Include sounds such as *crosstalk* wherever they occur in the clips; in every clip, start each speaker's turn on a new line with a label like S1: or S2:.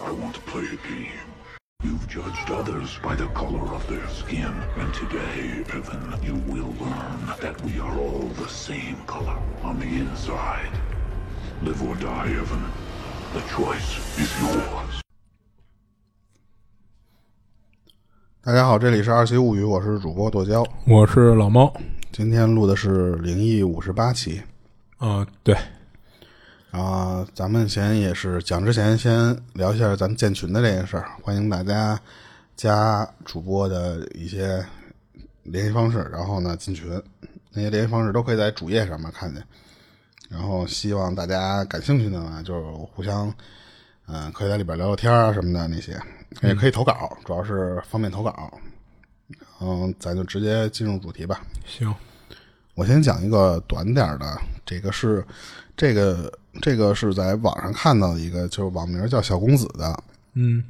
S1: don't play a game. You've judged others by the color of their skin, and today, Evan, you will learn that we are all the same color on the inside. Live or die, Evan. The choice is yours.
S2: 大家好，这里是二七物语，我是主播剁椒。
S3: 我是老猫
S2: 今天录的是灵异五十八期
S3: 啊、对，
S2: 啊，咱们先也是讲之前先聊一下咱们建群的这件事儿，欢迎大家加主播的一些联系方式，然后呢进群，那些联系方式都可以在主页上面看见。然后希望大家感兴趣的呢，就是互相，嗯、可以在里边聊聊天啊什么的那些，也可以投稿，主要是方便投稿。嗯，咱就直接进入主题吧。
S3: 行，
S2: 我先讲一个短点儿的，这个是这个这个是在网上看到的一个，就是网名叫小公子的。
S3: 嗯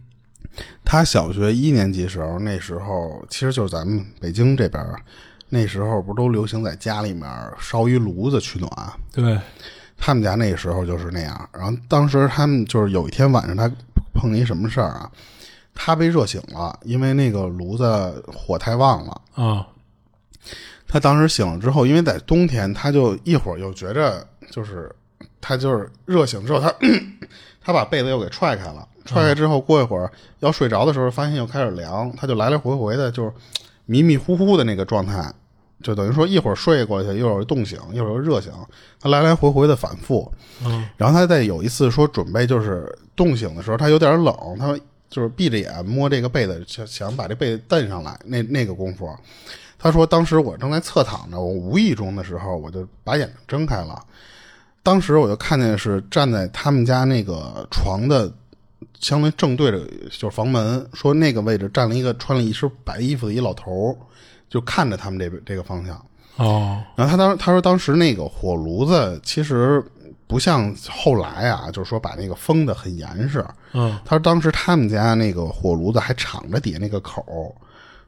S2: 他小学一年级时候，那时候其实就是咱们北京这边儿，啊那时候不是都流行在家里面烧一炉子取暖？啊
S3: 对，
S2: 他们家那时候就是那样。然后当时他们就是有一天晚上，他碰见一什么事儿啊？他被热醒了，因为那个炉子火太旺了。
S3: 啊，
S2: 他当时醒了之后，因为在冬天，他就一会儿又觉着就是他就是热醒之后，他 *coughs* 他把被子又给踹开了，踹开之后过一会儿要睡着的时候，发现又开始凉，他就来来回回的就是迷迷糊糊的那个状态，就等于说一会儿睡过去，一会儿冻醒，一会儿又热醒，他来来回回的反复。
S3: 嗯
S2: 然后他在有一次说准备就是冻醒的时候，他有点冷，他就是闭着眼摸这个被子，想想把这被子蹬上来。那那个功夫，他说当时我正在侧躺着，我无意中的时候我就把眼睛睁开了，当时我就看见是站在他们家那个床的。相当于正对着就是房门，说那个位置站了一个穿了一身白衣服的一老头儿，就看着他们这边这个方向。
S3: 哦，
S2: 然后他当他说当时那个火炉子其实不像后来啊，就是说把那个封的很严实。
S3: 嗯
S2: 他说当时他们家那个火炉子还敞着底下那个口儿，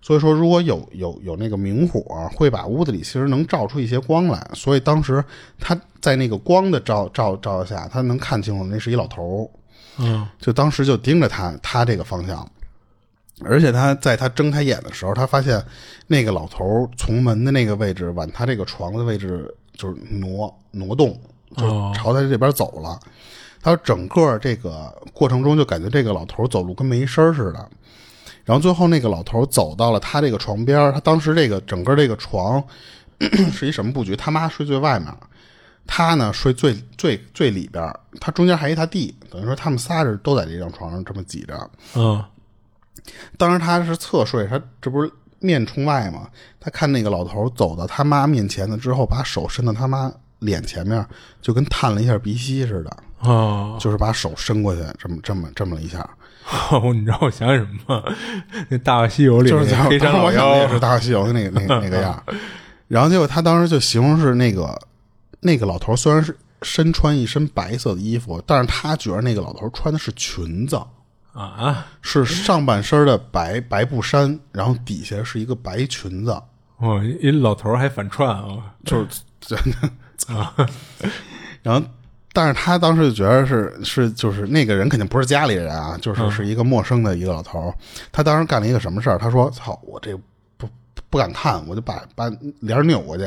S2: 所以说如果有有有那个明火，会把屋子里其实能照出一些光来。所以当时他在那个光的照照照下，他能看清楚那是一老头儿。
S3: 嗯
S2: 就当时就盯着他他这个方向，而且他在他睁开眼的时候，他发现那个老头儿从门的那个位置往他这个床的位置就是挪挪动，就
S3: 哦
S2: 朝他这边走了。他整个这个过程中就感觉这个老头儿走路跟没声儿似的。然后最后那个老头儿走到了他这个床边儿，他当时这个整个这个床 *clears throat* 是一什么布局？他妈睡最外面儿，他呢睡最最最里边儿，他中间还一他弟，等于说他们仨人都在这张床上这么挤着。
S3: 嗯
S2: 当时他是侧睡，他这不是面冲外吗？他看那个老头走到他妈面前了之后，把手伸到他妈脸前面，就跟探了一下鼻息似的，
S3: 啊，
S2: 就是把手伸过去，这么这么这么了一下。
S3: 你知道 *laughs* 我想起什么吗？ *laughs* 那《大话西游》里
S2: 就是
S3: 那黑山
S2: 我
S3: 老
S2: 想的也是《
S3: 妖，
S2: 大话西游》的那个那个那个样
S3: *laughs*
S2: 儿。然后结果他当时就形容是那个那个老头虽然是身穿一身白色的衣服，但是他觉得那个老头穿的是裙子，
S3: 啊，
S2: 是上半身的白白布衫，然后底下是一个白裙子，
S3: 哦，一老头儿还反串啊，
S2: 就是 *laughs* 真的啊。然后，但是他当时就觉得是是就是那个人肯定不是家里人啊，就是是一个陌生的一个老头儿。他当时干了一个什么事儿？他说：“操，我这不不敢看，我就把把帘儿扭过去。”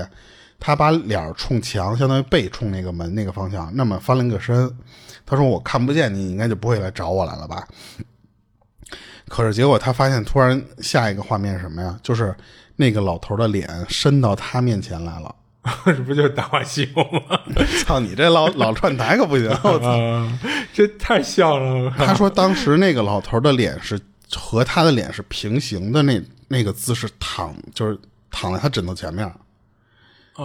S2: 他把脸儿冲墙，相当于背冲那个门那个方向，那么翻了个身。他说：“我看不见你，你应该就不会来找我来了吧？”可是结果他发现，突然下一个画面是什么呀？就是那个老头儿的脸伸到他面前来了。
S3: *laughs* 这不就是《大话西游》吗？ *laughs*
S2: *laughs* 操你这老老串台可不行！我操
S3: 啊，这太像了，
S2: 他说当时那个老头的脸是和他的脸是平行的那，那个姿势躺就是躺在他枕头前面，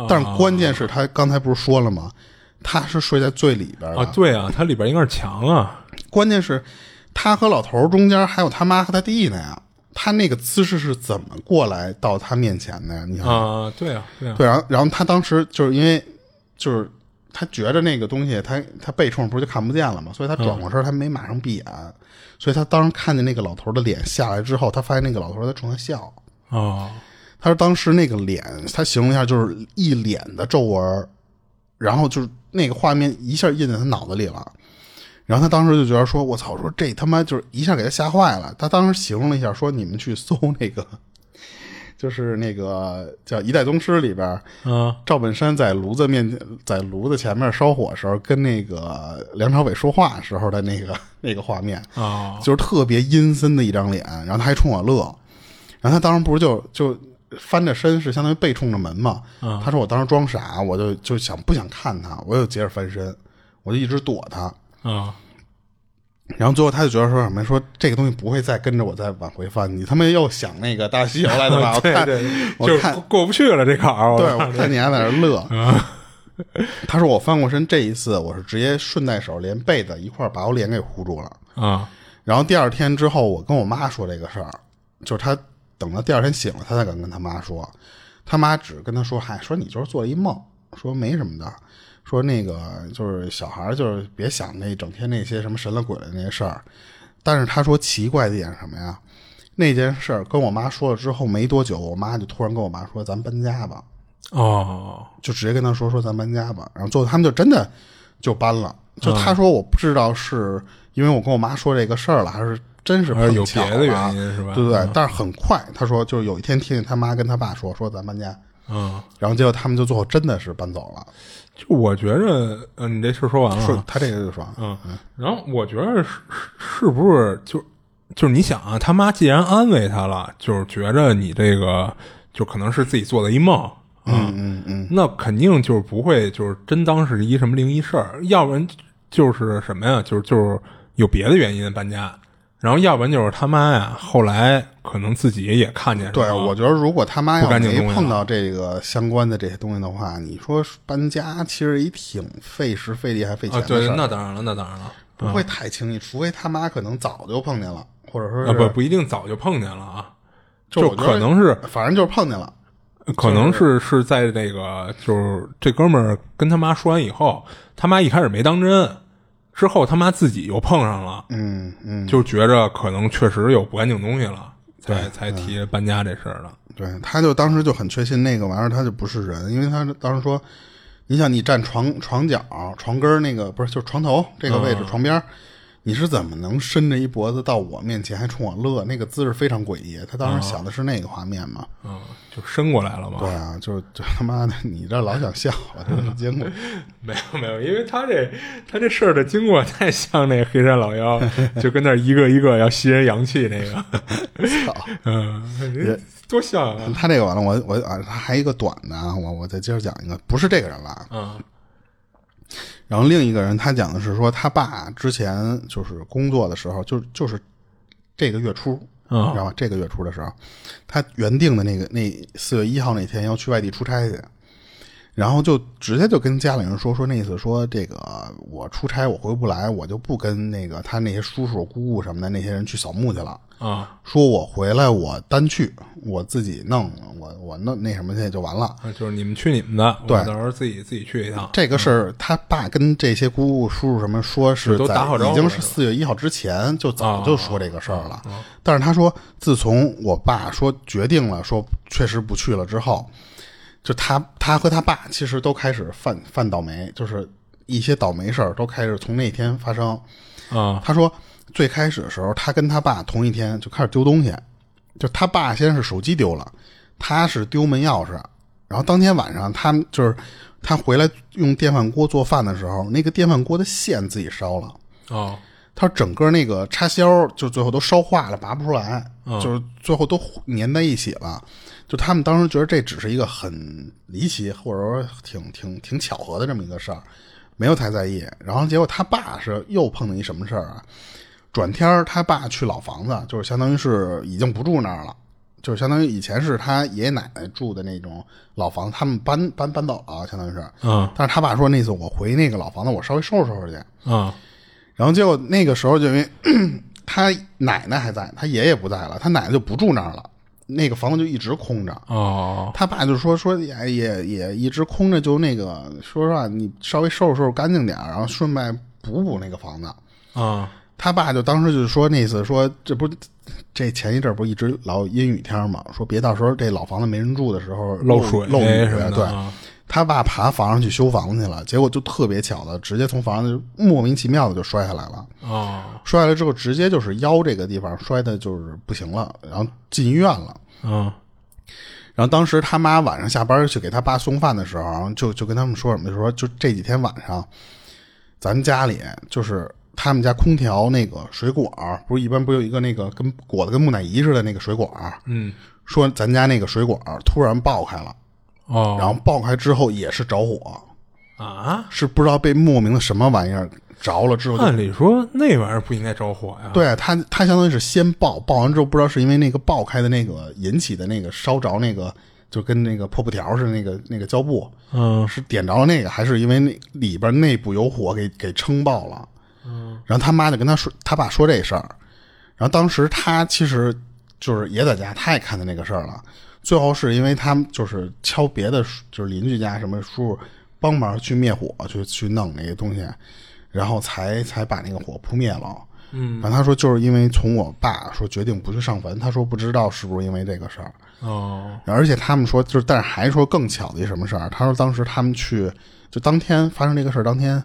S2: 但是关键是他刚才不是说了吗？他是睡在最里边的，
S3: 啊，对啊，它里边应该是墙啊，
S2: 关键是他和老头中间还有他妈和他弟呢呀，他那个姿势是怎么过来到他面前的呀？你看，
S3: 啊，对啊，对啊，
S2: 对，然后然后他当时就是因为就是他觉着那个东西，他他背冲不是就看不见了嘛，所以他转过身，他没马上闭眼，所以他当时看见那个老头的脸下来之后，他发现那个老头在冲他笑。
S3: 啊，
S2: 他说当时那个脸，他形容一下就是一脸的皱纹儿，然后就是那个画面一下印在他脑子里了。然后他当时就觉得说：“我操，说这他妈就是一下给他吓坏了。”他当时形容了一下，说：“你们去搜那个，就是那个叫《一代宗师》里边，
S3: 啊
S2: 赵本山在炉子面前，在炉子前面烧火的时候，跟那个梁朝伟说话时候的那个 *laughs* 那个画面，
S3: 啊
S2: 就是特别阴森的一张脸，然后他还冲我乐，然后他当时不是就就翻着身，是相当于背冲着门嘛。
S3: 嗯
S2: 他说我当时装傻，我就就想不想看他，我又接着翻身，我就一直躲他。
S3: 啊
S2: 然后最后他就觉得说什么，说这个东西不会再跟着我再往回翻，你他妈又想那个大西游来的
S3: *laughs*
S2: 吧？我
S3: 对
S2: 看，
S3: 对，
S2: 我
S3: 就是
S2: 看
S3: 过过不去了这坎
S2: *laughs*
S3: 儿。
S2: 对，我看你还在那儿乐。 *laughs* 他说我翻过身，这一次我是直接顺带手连被子一块儿把我脸给糊住了。
S3: 啊
S2: 然后第二天之后，我跟我妈说这个事儿，就是他等到第二天醒了，他才敢跟他妈说。他妈只跟他说：“嗨，说你就是做了一梦，说没什么的，说那个就是小孩儿，就是别想那整天那些什么神了鬼了那些事儿。”但是他说奇怪的一点是什么呀？那件事儿跟我妈说了之后没多久，我妈就突然跟我妈说：“咱搬家吧。”
S3: 哦
S2: 就直接跟他说说咱搬家吧。然后最后他们就真的就搬了。就
S3: 嗯
S2: 他说我不知道是因为我跟我妈说这个事儿了，还是真是
S3: 还是
S2: 碰
S3: 有
S2: 巧
S3: 别的原
S2: 了
S3: 因是吧嗯
S2: 对对对，但是很快他说就是有一天听见他妈跟他爸说说咱搬家，
S3: 嗯，
S2: 然后结果他们就最后真的是搬走了。
S3: 就我觉着，嗯，你这事儿说完了啊，
S2: 说他这个就爽，
S3: 嗯，然后我觉得是是是不是就就是你想啊，他妈既然安慰他了，就是觉着你这个就可能是自己做的一梦。嗯嗯嗯，那肯定就是不会，就是真当是一什么灵异事儿，要不然就是什么呀，就是就是有别的原因搬家，然后要不然就是他妈呀，后来可能自己也看见什么
S2: 对，我觉得如果他妈
S3: 不
S2: 要
S3: 干净
S2: 没
S3: 东西
S2: 碰
S3: 了
S2: 到这个相关的这些东西的话，你说搬家其实也挺费时费力还费钱
S3: 啊，
S2: 的
S3: 对
S2: 事，儿
S3: 那嗯当然了，那当然了，
S2: 不会太轻易，除非他妈可能早就碰见了，或者说
S3: 啊
S2: 是
S3: 不不一定早就碰见了啊，
S2: 就
S3: 就
S2: 我觉得
S3: 可能是
S2: 反正就是碰见了。
S3: 可能是是在那个，就是这哥们儿跟他妈说完以后，他妈一开始没当真，之后他妈自己又碰上了，
S2: 嗯嗯，
S3: 就觉着可能确实有不干净东西了，才
S2: 嗯
S3: 才提搬家这事儿的。
S2: 对，他就当时就很确信那个玩意儿他就不是人，因为他当时说，你想你站床床角、床根儿那个不是就是床头这个位置、床边儿，你是怎么能伸着一脖子到我面前还冲我乐？那个姿势非常诡异。他当时想的是那个画面嘛？
S3: 嗯，就伸过来了嘛
S2: 对。啊，就是就他妈的，你这老想笑，我真是惊了。
S3: 没有没有，因为他这他这事儿的经过太像那黑山
S2: *laughs*
S3: 老妖，就跟那儿一个一个要吸人阳气那个。 *laughs* 嗯，多像啊！
S2: 他这个完了，我我啊，他还有一个短的啊，我我再接着讲一个，不是这个人了啊，
S3: 嗯
S2: 然后另一个人他讲的是说，他爸之前就是工作的时候，就就是这个月初，
S3: 嗯
S2: 你知道吗？这个月初的时候，他原定的那个那四月一号那天要去外地出差去，然后就直接就跟家里人说说那意思说这个我出差我回不来，我就不跟那个他那些叔叔姑姑什么的那些人去扫墓去了。
S3: 啊，
S2: 说我回来我单去，我自己弄，我我弄那什么去就完了。
S3: 啊就是你们去你们的，我
S2: 对
S3: 到时候自己自己去一趟。
S2: 这个事儿，他爸跟这些姑姑、叔叔什么说是
S3: 都
S2: 在
S3: 打好招呼
S2: 已经
S3: 了
S2: 是
S3: 是吧啊
S2: 四月一号之前就早就说这个事儿了。但是他说，自从我爸说决定了，说确实不去了之后，就他他和他爸其实都开始犯犯倒霉，就是一些倒霉事儿都开始从那天发生。
S3: 啊
S2: 他说，最开始的时候，他跟他爸同一天就开始丢东西，就他爸先是手机丢了，他是丢门钥匙，然后当天晚上他们就是他回来用电饭锅做饭的时候，那个电饭锅的线自己烧了，
S3: 哦。
S2: 他说整个那个插销就最后都烧化了，拔不出来，就是最后都粘在一起了。就他们当时觉得这只是一个很离奇，或者说挺挺挺巧合的这么一个事儿，没有太在意。然后结果他爸是又碰到一什么事儿啊？转天儿他爸去老房子，就是相当于是已经不住那儿了，就是相当于以前是他爷爷奶奶住的那种老房子，他们搬搬搬走了，相当于是。
S3: 嗯
S2: 但是他爸说那次我回那个老房子，我稍微收拾收拾去。
S3: 嗯
S2: 然后结果那个时候就因为 *clears throat* 他奶奶还在，他爷爷不在了，他奶奶就不住那儿了，那个房子就一直空着。
S3: 哦
S2: 他爸就说说也也也一直空着，就那个说实话，你稍微收拾收拾干净点儿，然后顺便补补那个房子。
S3: 啊
S2: 他爸就当时就说那意思说这不这前一阵儿不一直老阴雨天儿嘛，说别到时候这老房子没人住的时候
S3: 漏水
S2: 漏雨
S3: 什么的
S2: 对，
S3: 啊
S2: 他爸爬房上去修房去了，结果就特别巧的，直接从房上就莫名其妙的就摔下来了。
S3: 哦，
S2: 摔下来之后，直接就是腰这个地方摔的就是不行了，然后进医院了。
S3: 嗯，
S2: 然后当时他妈晚上下班去给他爸送饭的时候，然后就就跟他们说什么，就说就这几天晚上，咱们家里就是他们家空调那个水管儿，不是一般不有一个那个跟裹得跟木乃伊似的那个水管儿，
S3: 嗯，
S2: 说咱家那个水管儿突然爆开了，然
S3: 哦，
S2: 后爆开之后也是着火，
S3: 啊，
S2: 是不知道被莫名的什么玩意儿着了之后就。
S3: 按理说那玩意儿不应该着火呀。，
S2: 对他，他相当于是先爆，爆完之后不知道是因为那个爆开的那个引起的那个烧着那个，就跟那个破布条似的那个那个胶布，
S3: 嗯，
S2: 是点着了那个，还是因为那里边内部有火给给撑爆了？嗯，然后他妈就跟他说，他爸说这事儿，然后当时他其实就是也在家，他也看见那个事儿了。最后是因为他们就是敲别的叔，就是邻居家什么叔叔帮忙去灭火，去去弄那个东西，然后才才把那个火扑灭了。嗯，然后他说就是因为从我爸说决定不去上坟，他说不知道是不是因为这个事儿，
S3: 哦，
S2: 而且他们说，就是但是还说更巧的一什么事儿，他说当时他们去，就当天发生这个事儿当天，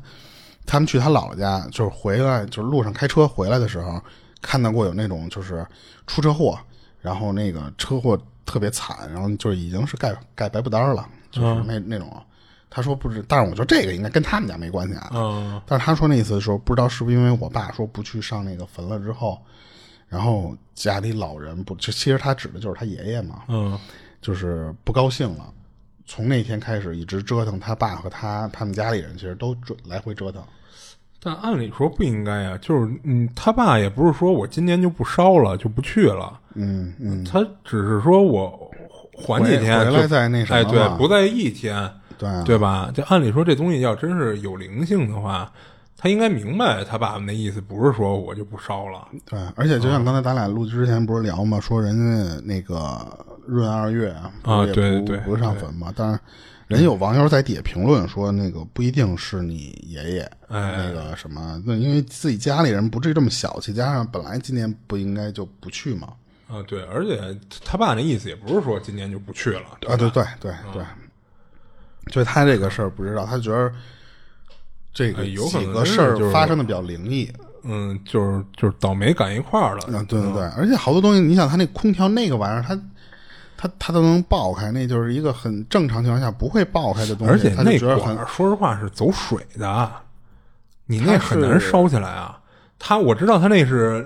S2: 他们去他姥姥家，就是回来就是路上开车回来的时候，看到过有那种就是出车祸，然后那个车祸特别惨，然后就是已经是盖盖白布单儿了，就是那、那种。他说不知，但是我觉得这个应该跟他们家没关系啊。
S3: 嗯，
S2: 但是他说那意思说，不知道是不是因为我爸说不去上那个坟了之后，然后家里老人不，就其实他指的就是他爷爷嘛，
S3: 嗯，
S2: 就是不高兴了。从那天开始，一直折腾他爸和他他们家里人，其实都折来回折腾。
S3: 但按理说不应该呀。就是，嗯，他爸也不是说我今年就不烧了，就不去了。
S2: 嗯嗯，
S3: 他只是说我缓几天
S2: 回
S3: 就
S2: 回来再那什么
S3: 哎，对
S2: 嘛，
S3: 不在一天，
S2: 对啊
S3: 对吧？就按理说这东西要真是有灵性的话，他应该明白他爸爸那意思，不是说我就不烧了。
S2: 对，而且就像刚才咱俩录之前不是聊嘛，说人家那个闰二月啊
S3: 啊
S2: 也
S3: 对
S2: 不
S3: 对
S2: 不上坟嘛，但是人有网友在底下评论说，那个不一定是你爷爷，那
S3: 哎
S2: 个什么，那因为自己家里人不至于这么小气，加上本来今年不应该就不去嘛，
S3: 啊，对，而且他爸那意思也不是说今年就不去了，对吧嗯
S2: 啊，对对对对，所以他这个事儿不知道，他觉得这个
S3: 哎有可
S2: 几
S3: 能
S2: 个
S3: 真
S2: 事
S3: 是就
S2: 儿
S3: 是
S2: 发生的比较灵异，
S3: 嗯，就是就是倒霉赶一块儿了，
S2: 啊，对对
S3: 嗯
S2: 对，而且好多东西，你想他那空调那个玩意儿，它它它都能爆开，那就是一个很正常情况下不会爆开的东西，
S3: 而且
S2: 他就
S3: 那
S2: 觉得
S3: 管
S2: 很
S3: 儿说实话是走水的，你
S2: 它
S3: 那很难
S2: 是
S3: 烧起来啊。他我知道他那是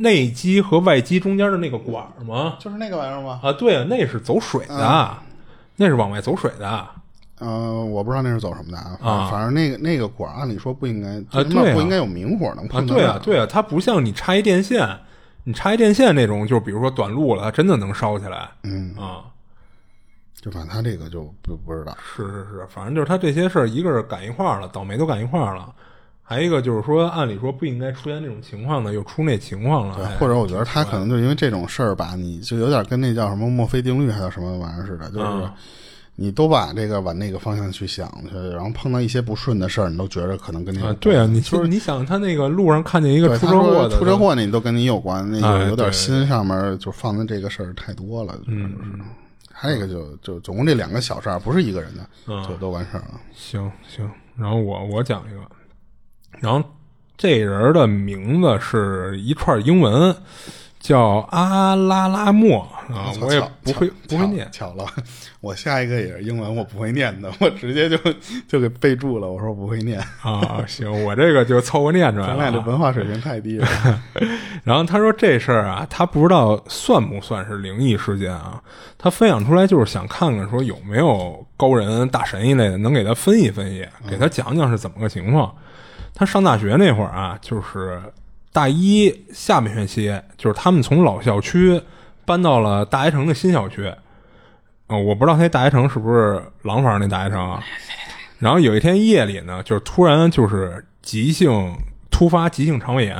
S3: 内机和外机中间的那个管儿嘛，
S2: 就是那个玩意儿吗？
S3: 啊，对啊，那是走水
S2: 啊
S3: 的，那是往外走水的啊。
S2: 呃，我不知道那是走什么的啊，
S3: 啊
S2: 反正那个那个管儿按理说不应该，最起
S3: 对
S2: 码
S3: 啊
S2: 不应该有明火能碰到
S3: 对
S2: 那儿
S3: 啊，对啊，它不像你插一电线，你插一电线那种，就是比如说短路了，它真的能烧起来。嗯啊，
S2: 就反正他这个就不不知道，
S3: 是是是，反正就是它这些事儿，一个是赶一块儿了，倒霉都赶一块儿了，还一个就是说，按理说不应该出现这种情况的，又出那情况了，哎
S2: 或者我觉得他可能就因为这种事儿吧，你就有点跟那叫什么墨菲定律还有什么玩意儿似的，
S3: 嗯
S2: 就是你都把这个往那个方向去想去，然后碰到一些不顺的事儿，你都觉得可能跟你有
S3: 啊，对啊，
S2: 关
S3: 你就是你想他那个路上看见一个
S2: 对
S3: 出
S2: 他
S3: 车祸
S2: 说
S3: 的，
S2: 出车祸那都跟你有关，那
S3: 哎
S2: 个有
S3: 对
S2: 点
S3: 对
S2: 心上面就放的这个事儿太多了，嗯，就是。他这个就就总共这两个小事儿，不是一个人的，
S3: 嗯
S2: 就都完事儿了。
S3: 行行，然后我我讲一个，然后这人的名字是一串英文，叫阿拉拉莫啊，我也
S2: 巧
S3: 不会
S2: 巧
S3: 不会念
S2: 巧了， *laughs* 我下一个也是英文，我不会念的，我直接就就给备注了，我说不会念。
S3: 啊。行，我这个就凑合念
S2: *laughs*
S3: 出来
S2: 咱
S3: 了
S2: 俩这
S3: 啊。
S2: 文化水平太低
S3: *laughs*
S2: 了。
S3: 然后他说这事儿啊，他不知道算不算是灵异事件啊，他分享出来就是想看看说有没有高人大神一类的能给他分析分析，给他讲讲是怎么个情况。他上大学那会儿啊，就是大一下半学期，就是他们从老校区搬到了大学城的新校区。啊、我不知道他那大学城是不是廊坊那大学城啊。然后有一天夜里呢，就是突然就是急性突发急性肠胃炎，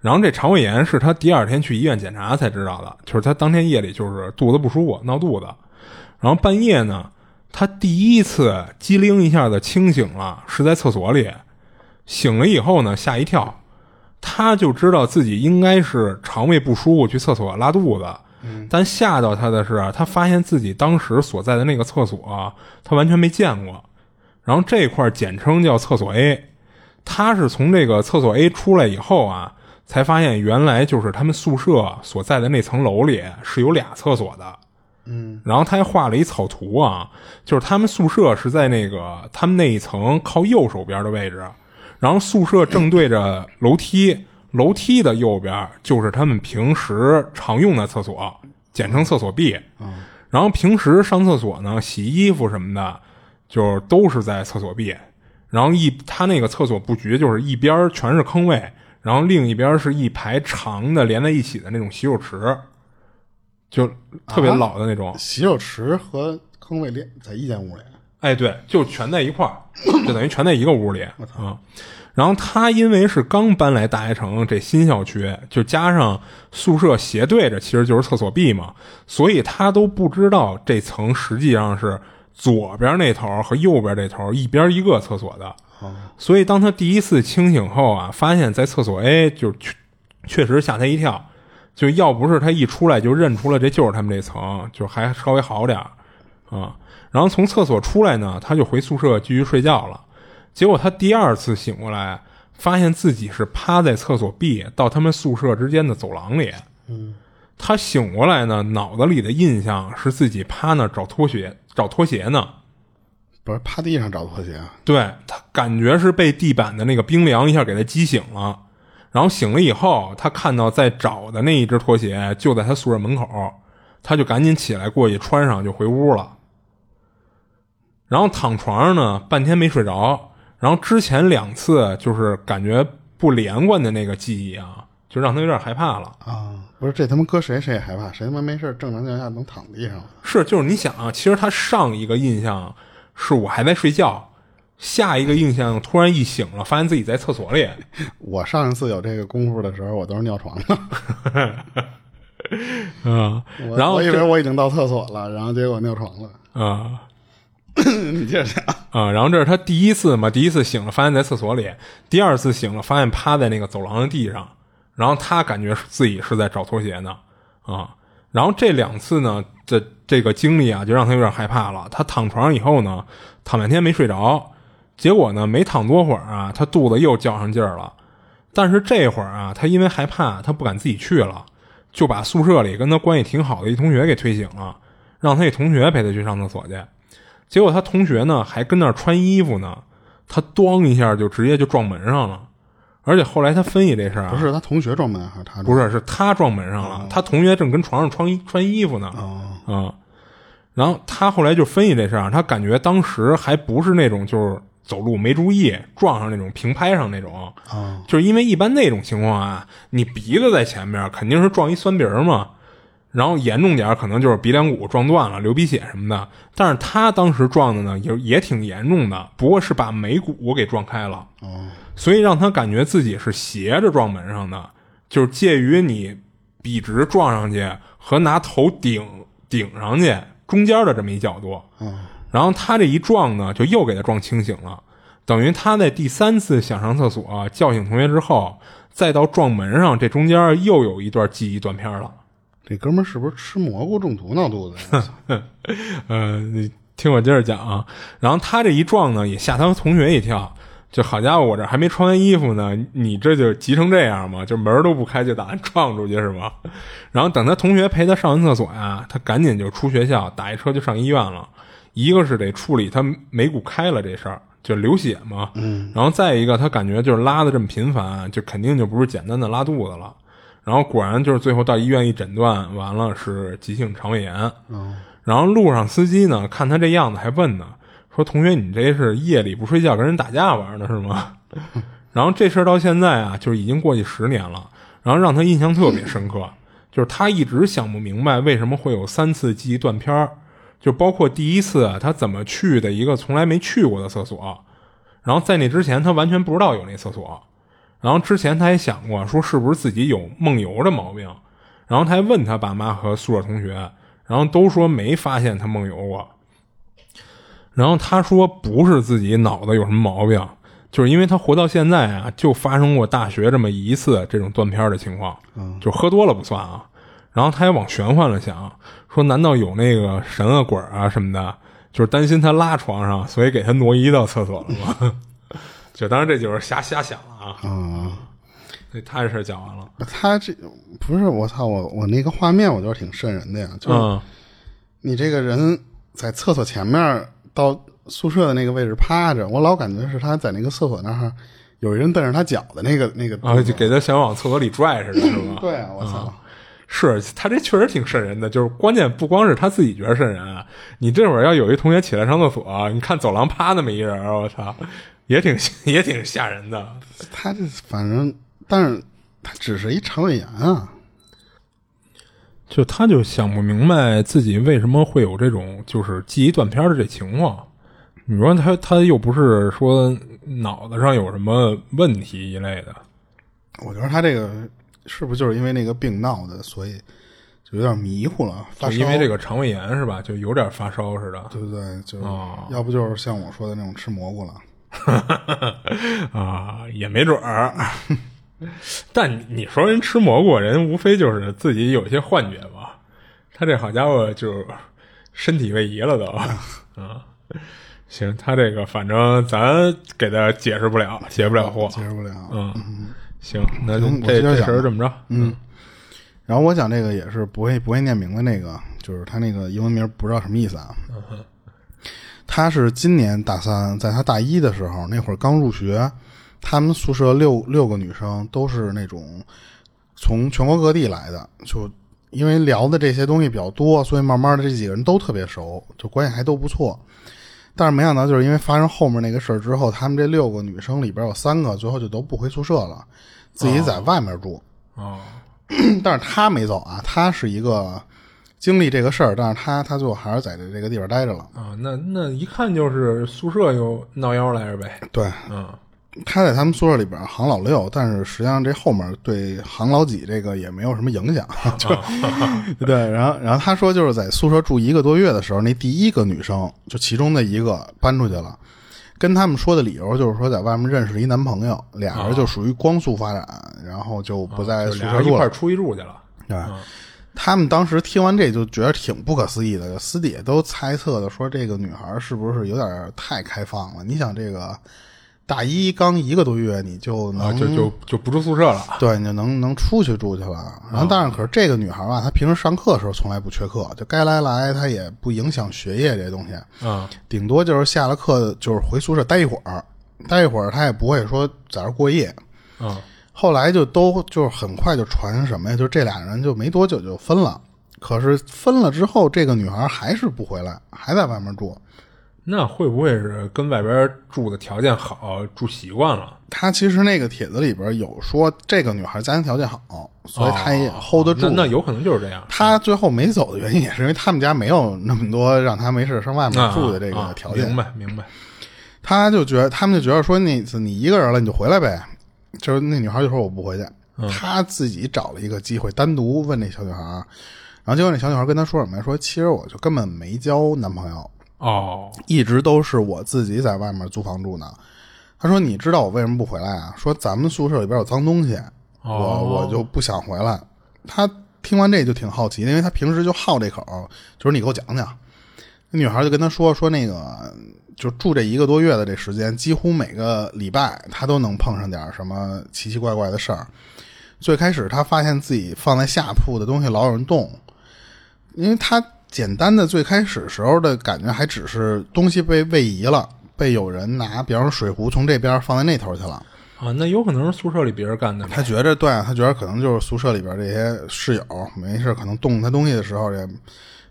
S3: 然后这肠胃炎是他第二天去医院检查才知道的，就是他当天夜里就是肚子不舒服闹肚子，然后半夜呢，他第一次机灵一下的清醒了，是在厕所里，醒了以后呢吓一跳，他就知道自己应该是肠胃不舒服去厕所拉肚子，但吓到他的是啊，他发现自己当时所在的那个厕所啊，他完全没见过。然后这块儿简称叫厕所 A，他是从这个厕所 A 出来以后啊，才发现原来就是他们宿舍所在的那层楼里是有俩厕所的。然后他还画了一草图啊，就是他们宿舍是在那个他们那一层靠右手边的位置，然后宿舍正对着楼梯，楼梯的右边就是他们平时常用的厕所，简称厕所 B。然后平时上厕所呢，洗衣服什么的，就是都是在厕所 B。然后一他那个厕所布局就是一边全是坑位，然后另一边是一排长的连在一起的那种洗手池，就特别老的那种。
S2: 洗手池和坑位连在一间屋里，
S3: 哎，对，就全在一块儿，就等于全在一个屋里啊、然后他因为是刚搬来大学城这新校区，就加上宿舍斜对着其实就是厕所 B 嘛，所以他都不知道这层实际上是左边那头儿和右边这头儿一边一个厕所的。所以当他第一次清醒后啊，发现在厕所 A 就确确实吓他一跳，就要不是他一出来就认出了这就是他们这层，就还稍微好点儿啊。然后从厕所出来呢，他就回宿舍继续睡觉了。结果他第二次醒过来，发现自己是趴在厕所壁到他们宿舍之间的走廊里。他醒过来呢，脑子里的印象是自己趴那儿找拖鞋，找拖鞋呢。
S2: 不是趴地上找拖鞋啊？
S3: 对他感觉是被地板的那个冰凉一下给他激醒了，然后醒了以后，他看到在找的那一只拖鞋就在他宿舍门口，他就赶紧起来过去穿上就回屋了。然后躺床上呢，半天没睡着，然后之前两次就是感觉不连贯的那个记忆啊，就让他有点害怕了。
S2: 啊，不是这他妈搁谁谁也害怕，谁他妈没事儿正常情况下能躺地上吗？
S3: 是，就是你想啊，其实他上一个印象是我还在睡觉，下一个印象突然一醒了，发现自己在厕所里。
S2: 我上一次有这个功夫的时候，我都是尿床上。
S3: 嗯，
S2: 我
S3: 然后
S2: 我以
S3: 这
S2: 为我已经到厕所了，然后结果尿床
S3: *laughs*
S2: 了。
S3: 啊
S2: 你接着讲，
S3: 啊，然后这是他第一次嘛，第一次醒了，发现在厕所里；第二次醒了，发现趴在那个走廊的地上，然后他感觉自己是在找拖鞋呢，啊，然后这两次呢，这这个经历啊，就让他有点害怕了。他躺床上以后呢，躺半天没睡着，结果呢，没躺多会儿啊，他肚子又较上劲儿了。但是这会儿啊，他因为害怕，他不敢自己去了，就把宿舍里跟他关系挺好的一同学给推醒了，让他那同学陪他去上厕所去。结果他同学呢还跟那儿穿衣服呢，他咣一下就直接就撞门上了。而且后来他分析这事儿啊，
S2: 不是他同学撞门还是他撞？
S3: 不是，是他撞门上了，他同学正跟床上穿衣穿衣服呢，嗯，然后他后来就分析这事儿啊，他感觉当时还不是那种就是走路没注意撞上那种平拍上那种，就是因为一般那种情况啊，你鼻子在前面肯定是撞一酸鼻儿嘛，然后严重点儿可能就是鼻梁骨撞断了，流鼻血什么的，但是他当时撞的呢也也挺严重的，不过是把眉骨给撞开了，
S2: 哦，
S3: 所以让他感觉自己是斜着撞门上的，就是介于你笔直撞上去和拿头顶顶上去中间的这么一角度。
S2: 嗯，
S3: 然后他这一撞呢，就又给他撞清醒了，等于他在第三次想上厕所叫醒同学之后，再到撞门上这中间又有一段记忆断片了。
S2: 这哥们儿是不是吃蘑菇中毒闹肚子呀？ *laughs*
S3: 呃，你听我接着讲啊。然后他这一撞呢，也吓他同学一跳。就好家伙，我这还没穿完衣服呢，你这就急成这样吗？就门儿都不开就打算撞出去是吗？ *laughs* 然后等他同学陪他上完厕所呀、他赶紧就出学校，打一车就上医院了。一个是得处理他眉骨开了这事儿，就流血嘛，嗯，然后再一个他感觉就是拉的这么频繁，就肯定就不是简单的拉肚子了。然后果然就是最后到医院一诊断，完了是急性肠胃炎。然后路上司机呢，看他这样子还问呢，说同学你这是夜里不睡觉跟人打架玩呢是吗？ *laughs* 然后这事儿到现在啊，就是已经过去十年了，然后让他印象特别深刻，就是他一直想不明白为什么会有三次记忆断片儿，就包括第一次啊他怎么去的一个从来没去过的厕所，然后在那之前他完全不知道有那厕所，然后之前他也想过说是不是自己有梦游的毛病，然后他还问他爸妈和宿舍同学，然后都说没发现他梦游过，然后他说不是自己脑子有什么毛病，就是因为他活到现在啊，就发生过大学这么一次这种断片儿的情况，就喝多了不算啊。然后他也往玄幻了想，说难道有那个神啊鬼儿啊什么的，就是担心他拉床上，所以给他挪移到厕所了吗？ *laughs* 就当然这就是瞎瞎想了啊。
S2: 啊、
S3: 那他这事儿讲完了，
S2: 他这不是我操我我那个画面，我觉得挺瘆人的呀，就是
S3: 嗯
S2: 你这个人在厕所前面到宿舍的那个位置趴着，我老感觉是他在那个厕所那儿有人蹬着他脚的那个那个
S3: 啊，就给他想往厕所里拽似的，是吧？
S2: 对啊，我操。
S3: 是他这确实挺瘆人的，就是关键不光是他自己觉得瘆人啊，你这会儿要有一同学起来上厕所，你看走廊趴那么一人儿，我操，也挺 *laughs* 也挺吓人的。
S2: 他这反正，但是他只是一肠胃炎啊，
S3: 就他就想不明白自己为什么会有这种就是记忆断片儿的这情况。你说他他又不是说脑子上有什么问题一类的，
S2: 我觉得他这个是不是就是因为那个病闹的，所以就有点迷糊了，发
S3: 就
S2: 烧，
S3: 因为这，个肠胃炎是吧？就有点发烧似的。
S2: 对不对？就是、
S3: 哦
S2: 要不就是像我说的那种吃蘑菇了，
S3: *laughs* 啊，也没准儿。但你说人吃蘑菇，人无非就是自己有一些幻觉嘛。他这好家伙，就是身体位移 *laughs* 了都。啊，行，他这个反正咱给他解释不了，解不了惑。
S2: 接受不了。
S3: 嗯，行，那
S2: 行我
S3: 这
S2: 接着
S3: 这
S2: 讲
S3: 事儿这么着？嗯
S2: 然后我讲这个也是不会不会念名的那个，就是他那个英文名不知道什么意思啊。他是今年大三，在他大一的时候，那会儿刚入学，他们宿舍六六个女生都是那种从全国各地来的，就因为聊的这些东西比较多，所以慢慢的这几个人都特别熟，就关系还都不错。但是没想到，就是因为发生后面那个事儿之后，他们这六个女生里边有三个最后就都不回宿舍了，自己在外面住。
S3: 哦
S2: 但是他没走啊，他是一个经历这个事儿，但是他他最后还是在这这个地方待着了。
S3: 啊，那那一看就是宿舍又闹妖来着呗。
S2: 对，
S3: 嗯
S2: 他在他们宿舍里边行老六，但是实际上这后面对行老几这个也没有什么影
S3: *laughs*
S2: 响。就 *laughs* 对，然后然后他说就是在宿舍住一个多月的时候，那第一个女生就其中的一个搬出去了。跟他们说的理由就是说，在外面认识了一男朋友，俩人就属于光速发展，然后就不在
S3: 啊就
S2: 宿
S3: 俩
S2: 舍
S3: 人一
S2: 住
S3: 块
S2: 了
S3: 儿。出去住去了。
S2: 对，他们当时听完这就觉得挺不可思议的，私底下都猜测的说这个女孩是不是有点太开放了？你想这个大一刚一个多月，你就能、
S3: 啊，就就就不住宿舍了。
S2: 对，你就能能出去住去了。然后，但是可是这个女孩吧，她平时上课的时候从来不缺课，就该来来，她也不影响学业这东西。
S3: 嗯
S2: 顶多就是下了课就是回宿舍待一会儿，待一会儿她也不会说在这儿过夜。
S3: 嗯
S2: 后来就都就是很快就传什么呀？就这俩人就没多久就分了。可是分了之后，这个女孩还是不回来，还在外面住。
S3: 那会不会是跟外边住的条件好，住习惯了，
S2: 她其实那个帖子里边有说，这个女孩家庭条件好，所以她也
S3: 哦
S2: hold 得住。
S3: 那那有可能就是这样。
S2: 她最后没走的原因，也是因为他们家没有那么多让她没事上外面
S3: 啊
S2: 住的这
S3: 啊
S2: 个条件。
S3: 明白明白。
S2: 他就觉得他们就觉得说那次你一个人了你就回来呗，就是那女孩就说我不回去，他自己找了一个机会单独问那小女孩儿，然后结果那小女孩跟他说什么呀？说其实我就根本没交男朋友，
S3: 哦
S2: 一直都是我自己在外面租房住呢。他说你知道我为什么不回来啊？说咱们宿舍里边有脏东西，
S3: 哦
S2: 我我就不想回来。他听完这就挺好奇，因为他平时就好这口，就是你给我讲讲。那女孩就跟他说说那个，就住这一个多月的这时间，几乎每个礼拜他都能碰上点什么奇奇怪怪的事儿。最开始他发现自己放在下铺的东西老有人动，因为他简单的最开始时候的感觉还只是东西被位移了，被有人拿，比方说水壶从这边放在那头去了。
S3: 啊，那有可能是宿舍里别人干的呗。
S2: 他觉着对，他觉得可能就是宿舍里边这些室友没事，可能动他东西的时候也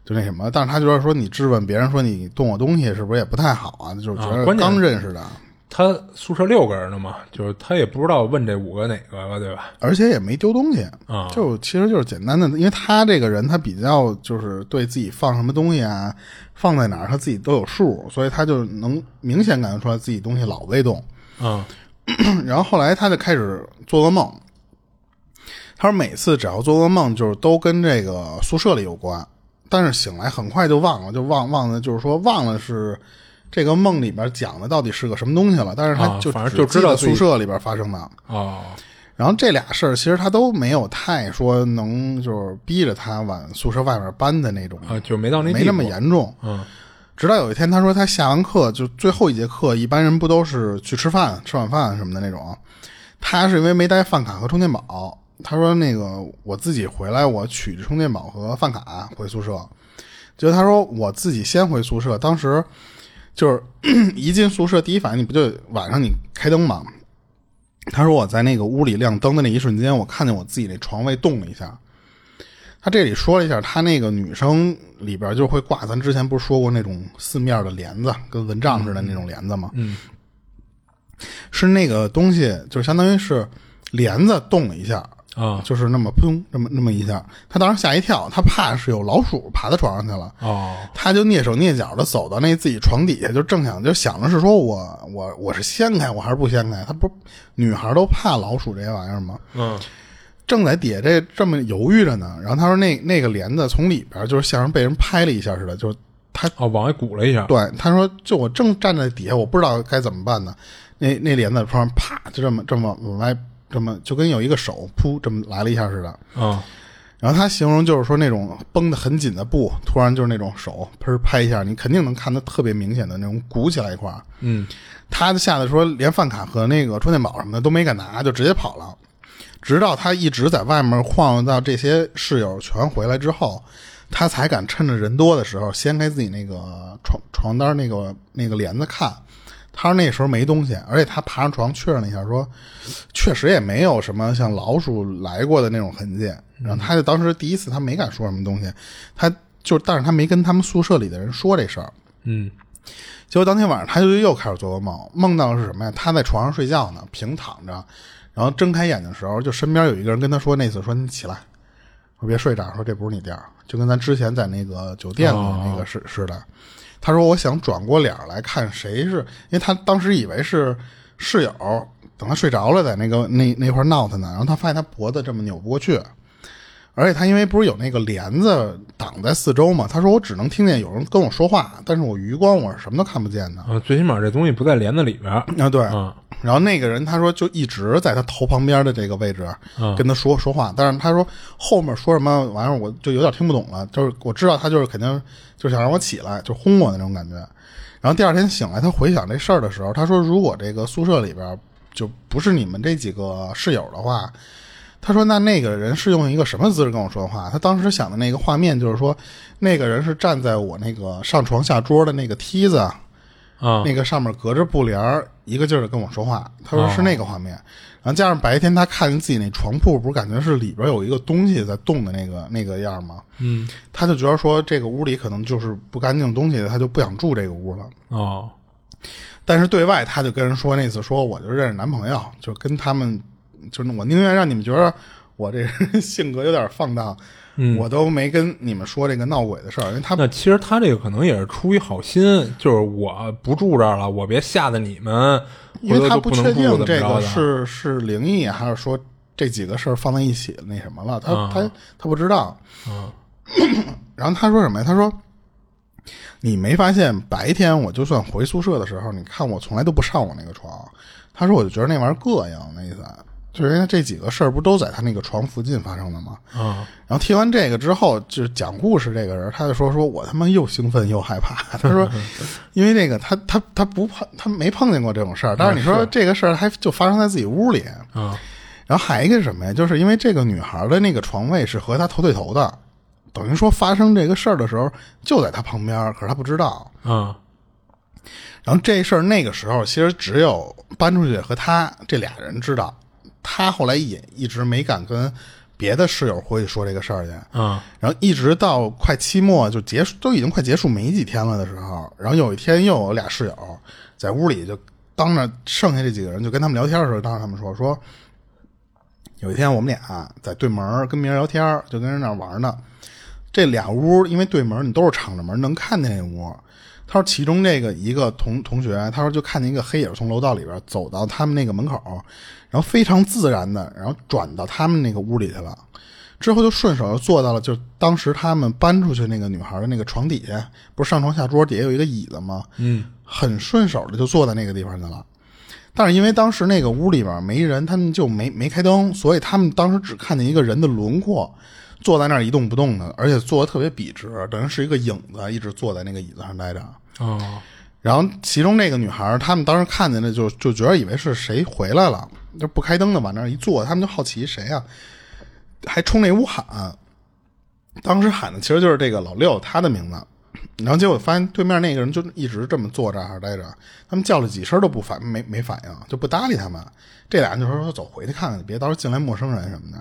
S2: 就那什么。但是他觉得说你质问别人说你动我东西是不是也不太好啊？就是觉
S3: 啊
S2: 得
S3: 关键
S2: 刚认识的，
S3: 他宿舍六个人呢嘛，就是他也不知道问这五个哪个了，对吧？
S2: 而且也没丢东西，
S3: 啊
S2: 就其实就是简单的，因为他这个人他比较就是对自己放什么东西啊，放在哪儿他自己都有数，所以他就能明显感觉出来自己东西老被动。
S3: 嗯
S2: *clears throat* 然后后来他就开始做噩梦。他说每次只要做噩梦，就是都跟这个宿舍里有关，但是醒来很快就忘了，就忘忘了，就是说忘了是这个梦里边讲的到底是个什么东西了。但是他
S3: 啊
S2: 就
S3: 反正
S2: 只
S3: 就
S2: 记
S3: 知道
S2: 得
S3: 自己
S2: 宿舍里边发生的。
S3: 哦
S2: 然后这俩事儿其实他都没有太说能就是逼着他往宿舍外面搬的那种
S3: 啊，就没到那
S2: 没
S3: 地
S2: 那么
S3: 步。
S2: 严重。
S3: 嗯，
S2: 直到有一天，他说他下完课就最后一节课，一般人不都是去吃饭、吃晚饭什么的那种，他是因为没带饭卡和充电宝。他说那个我自己回来，我取充电宝和饭卡回宿舍。就他说我自己先回宿舍，当时就是 *clears throat* 一进宿舍，第一反应你不就晚上你开灯吗？他说我在那个屋里亮灯的那一瞬间，我看见我自己那床位动了一下。他这里说了一下，他那个女生里边就会挂，咱之前不是说过那种四面的帘子，跟蚊帐似的那种帘子吗？
S3: 嗯，
S2: 是那个东西，就相当于是帘子动了一下，
S3: 啊
S2: 就是那么砰，那么那么一下。他当时吓一跳，他怕是有老鼠爬到床上去了。
S3: 哦
S2: 他就蹑手蹑脚的走到那自己床底下，就正想就想着是说我我我是掀开我还是不掀开？他不女孩都怕老鼠这些玩意儿吗？
S3: 嗯
S2: 正在底下这这么犹豫着呢，然后他说那那个帘子从里边就是像是被人拍了一下似的，就是他
S3: 哦，往外鼓了一下。
S2: 对他说就我正站在底下，我不知道该怎么办呢。那那帘子突然啪就这么这么往外这么就跟有一个手噗这么来了一下似的。
S3: 啊
S2: 然后他形容就是说那种绷得很紧的布，突然就是那种手砰拍一下，你肯定能看得特别明显的那种鼓起来一块儿。
S3: 嗯
S2: 他吓得说连饭卡和那个充电宝什么的都没敢拿，就直接跑了。直到他一直在外面晃悠到这些室友全回来之后，他才敢趁着人多的时候掀开自己那个床床单那个那个帘子看。他说那时候没东西，而且他爬上床确认了一下说，确实也没有什么像老鼠来过的那种痕迹。然后他就当时第一次他没敢说什么东西，他就但是他没跟他们宿舍里的人说这事儿。
S3: 嗯
S2: 结果当天晚上他就又开始做噩梦，梦到的是什么呀？他在床上睡觉呢，平躺着，然后睁开眼的时候，就身边有一个人跟他说：“那次说你起来，说别睡这儿，说这不是你地儿。”就跟咱之前在那个酒店的那个似似的。他说：“我想转过脸来看谁是，因为他当时以为是室友，等他睡着了，在那个那那块儿闹腾呢，然后他发现他脖子这么扭不过去。”而且他因为不是有那个帘子挡在四周嘛，他说我只能听见有人跟我说话，但是我余光我是什么都看不见的。
S3: 啊，最起码这东西不在帘子里边儿。
S2: 啊，对，
S3: 嗯
S2: 然后那个人他说就一直在他头旁边的这个位置跟他说说话，但是他说后面说什么玩意儿我就有点听不懂了，就是我知道他就是肯定就想让我起来，就轰我那种感觉。然后第二天醒来，他回想这事儿的时候，他说如果这个宿舍里边就不是你们这几个室友的话。他说：“那那个人是用一个什么姿势跟我说话？他当时想的那个画面就是说，那个人是站在我那个上床下桌的那个梯子，
S3: 啊
S2: 那个上面隔着布帘儿，一个劲儿的跟我说话。他说是那个画面，然后加上白天他看见自己那床铺，不是感觉是里边有一个东西在动的那个那个样儿吗？
S3: 嗯
S2: 他就觉得说这个屋里可能就是不干净的东西，他就不想住这个屋了。
S3: 哦
S2: 但是对外他就跟人说那次说我就认识男朋友，就跟他们，就是我宁愿让你们觉得我这人性格有点放荡，
S3: 嗯，
S2: 我都没跟你们说这个闹鬼的事儿，因为他
S3: 那其实他这个可能也是出于好心，就是我不住这儿了，我别吓得你们，
S2: 因为
S3: 回头
S2: 他
S3: 就
S2: 不
S3: 不
S2: 确
S3: 能住
S2: 定
S3: 怎么
S2: 这
S3: 着
S2: 个
S3: 的
S2: 是是灵异还是说这几个事儿放在一起那什么了，他、
S3: 啊
S2: 他他不知道。
S3: 嗯
S2: *clears throat* 然后他说什么呀？他说：“你没发现白天我就算回宿舍的时候，你看我从来都不上我那个床。”他说：“我就觉得那玩意儿膈应，那意思就是因为这几个事儿不都在他那个床附近发生的吗？”
S3: 啊
S2: 然后听完这个之后，就是讲故事这个人，他就说：“说我他妈又兴奋又害怕。” *laughs* 他说：“因为那个他他他不碰，他没碰见过这种事儿。但是你说这个事儿还就发生在自己屋里。
S3: 啊
S2: 然后还一个是什么呀？就是因为这个女孩的那个床位是和他头对头的，等于说发生这个事儿的时候就在他旁边，可是他不知道。
S3: 啊
S2: 然后这事儿那个时候其实只有搬出去和他这俩人知道，他后来也一直没敢跟别的室友回去说这个事儿去。
S3: 啊
S2: 然后一直到快期末就结束，都已经快结束没几天了的时候，然后有一天又有俩室友在屋里就当着剩下这几个人就跟他们聊天的时候，当着他们说说，有一天我们俩在对门儿跟别人聊天，就跟人那儿玩呢。这俩屋因为对门，你都是敞着门能看见那屋。他说其中这个一个同同学，他说就看见一个黑影从楼道里边走到他们那个门口，然后非常自然的，然后转到他们那个屋里去了。之后就顺手又坐到了，就当时他们搬出去那个女孩的那个床底下，不是上床下桌底下有一个椅子吗？嗯，很顺手的就坐在那个地方去了。但是因为当时那个屋里边没人，他们就没没开灯，所以他们当时只看见一个人的轮廓，坐在那儿一动不动的，而且坐的特别笔直，等于是一个影子，一直坐在那个椅子上待着。
S3: 哦，
S2: 然后其中那个女孩儿，他们当时看见的就就觉得以为是谁回来了，就不开灯的往那儿一坐，他们就好奇谁呀、还冲那屋喊。当时喊的其实就是这个老六他的名字，然后结果发现对面那个人就一直这么坐这儿待着，他们叫了几声都不反没没反应，就不搭理他们。这俩人就说说走回去看看，别到时候进来陌生人什么的。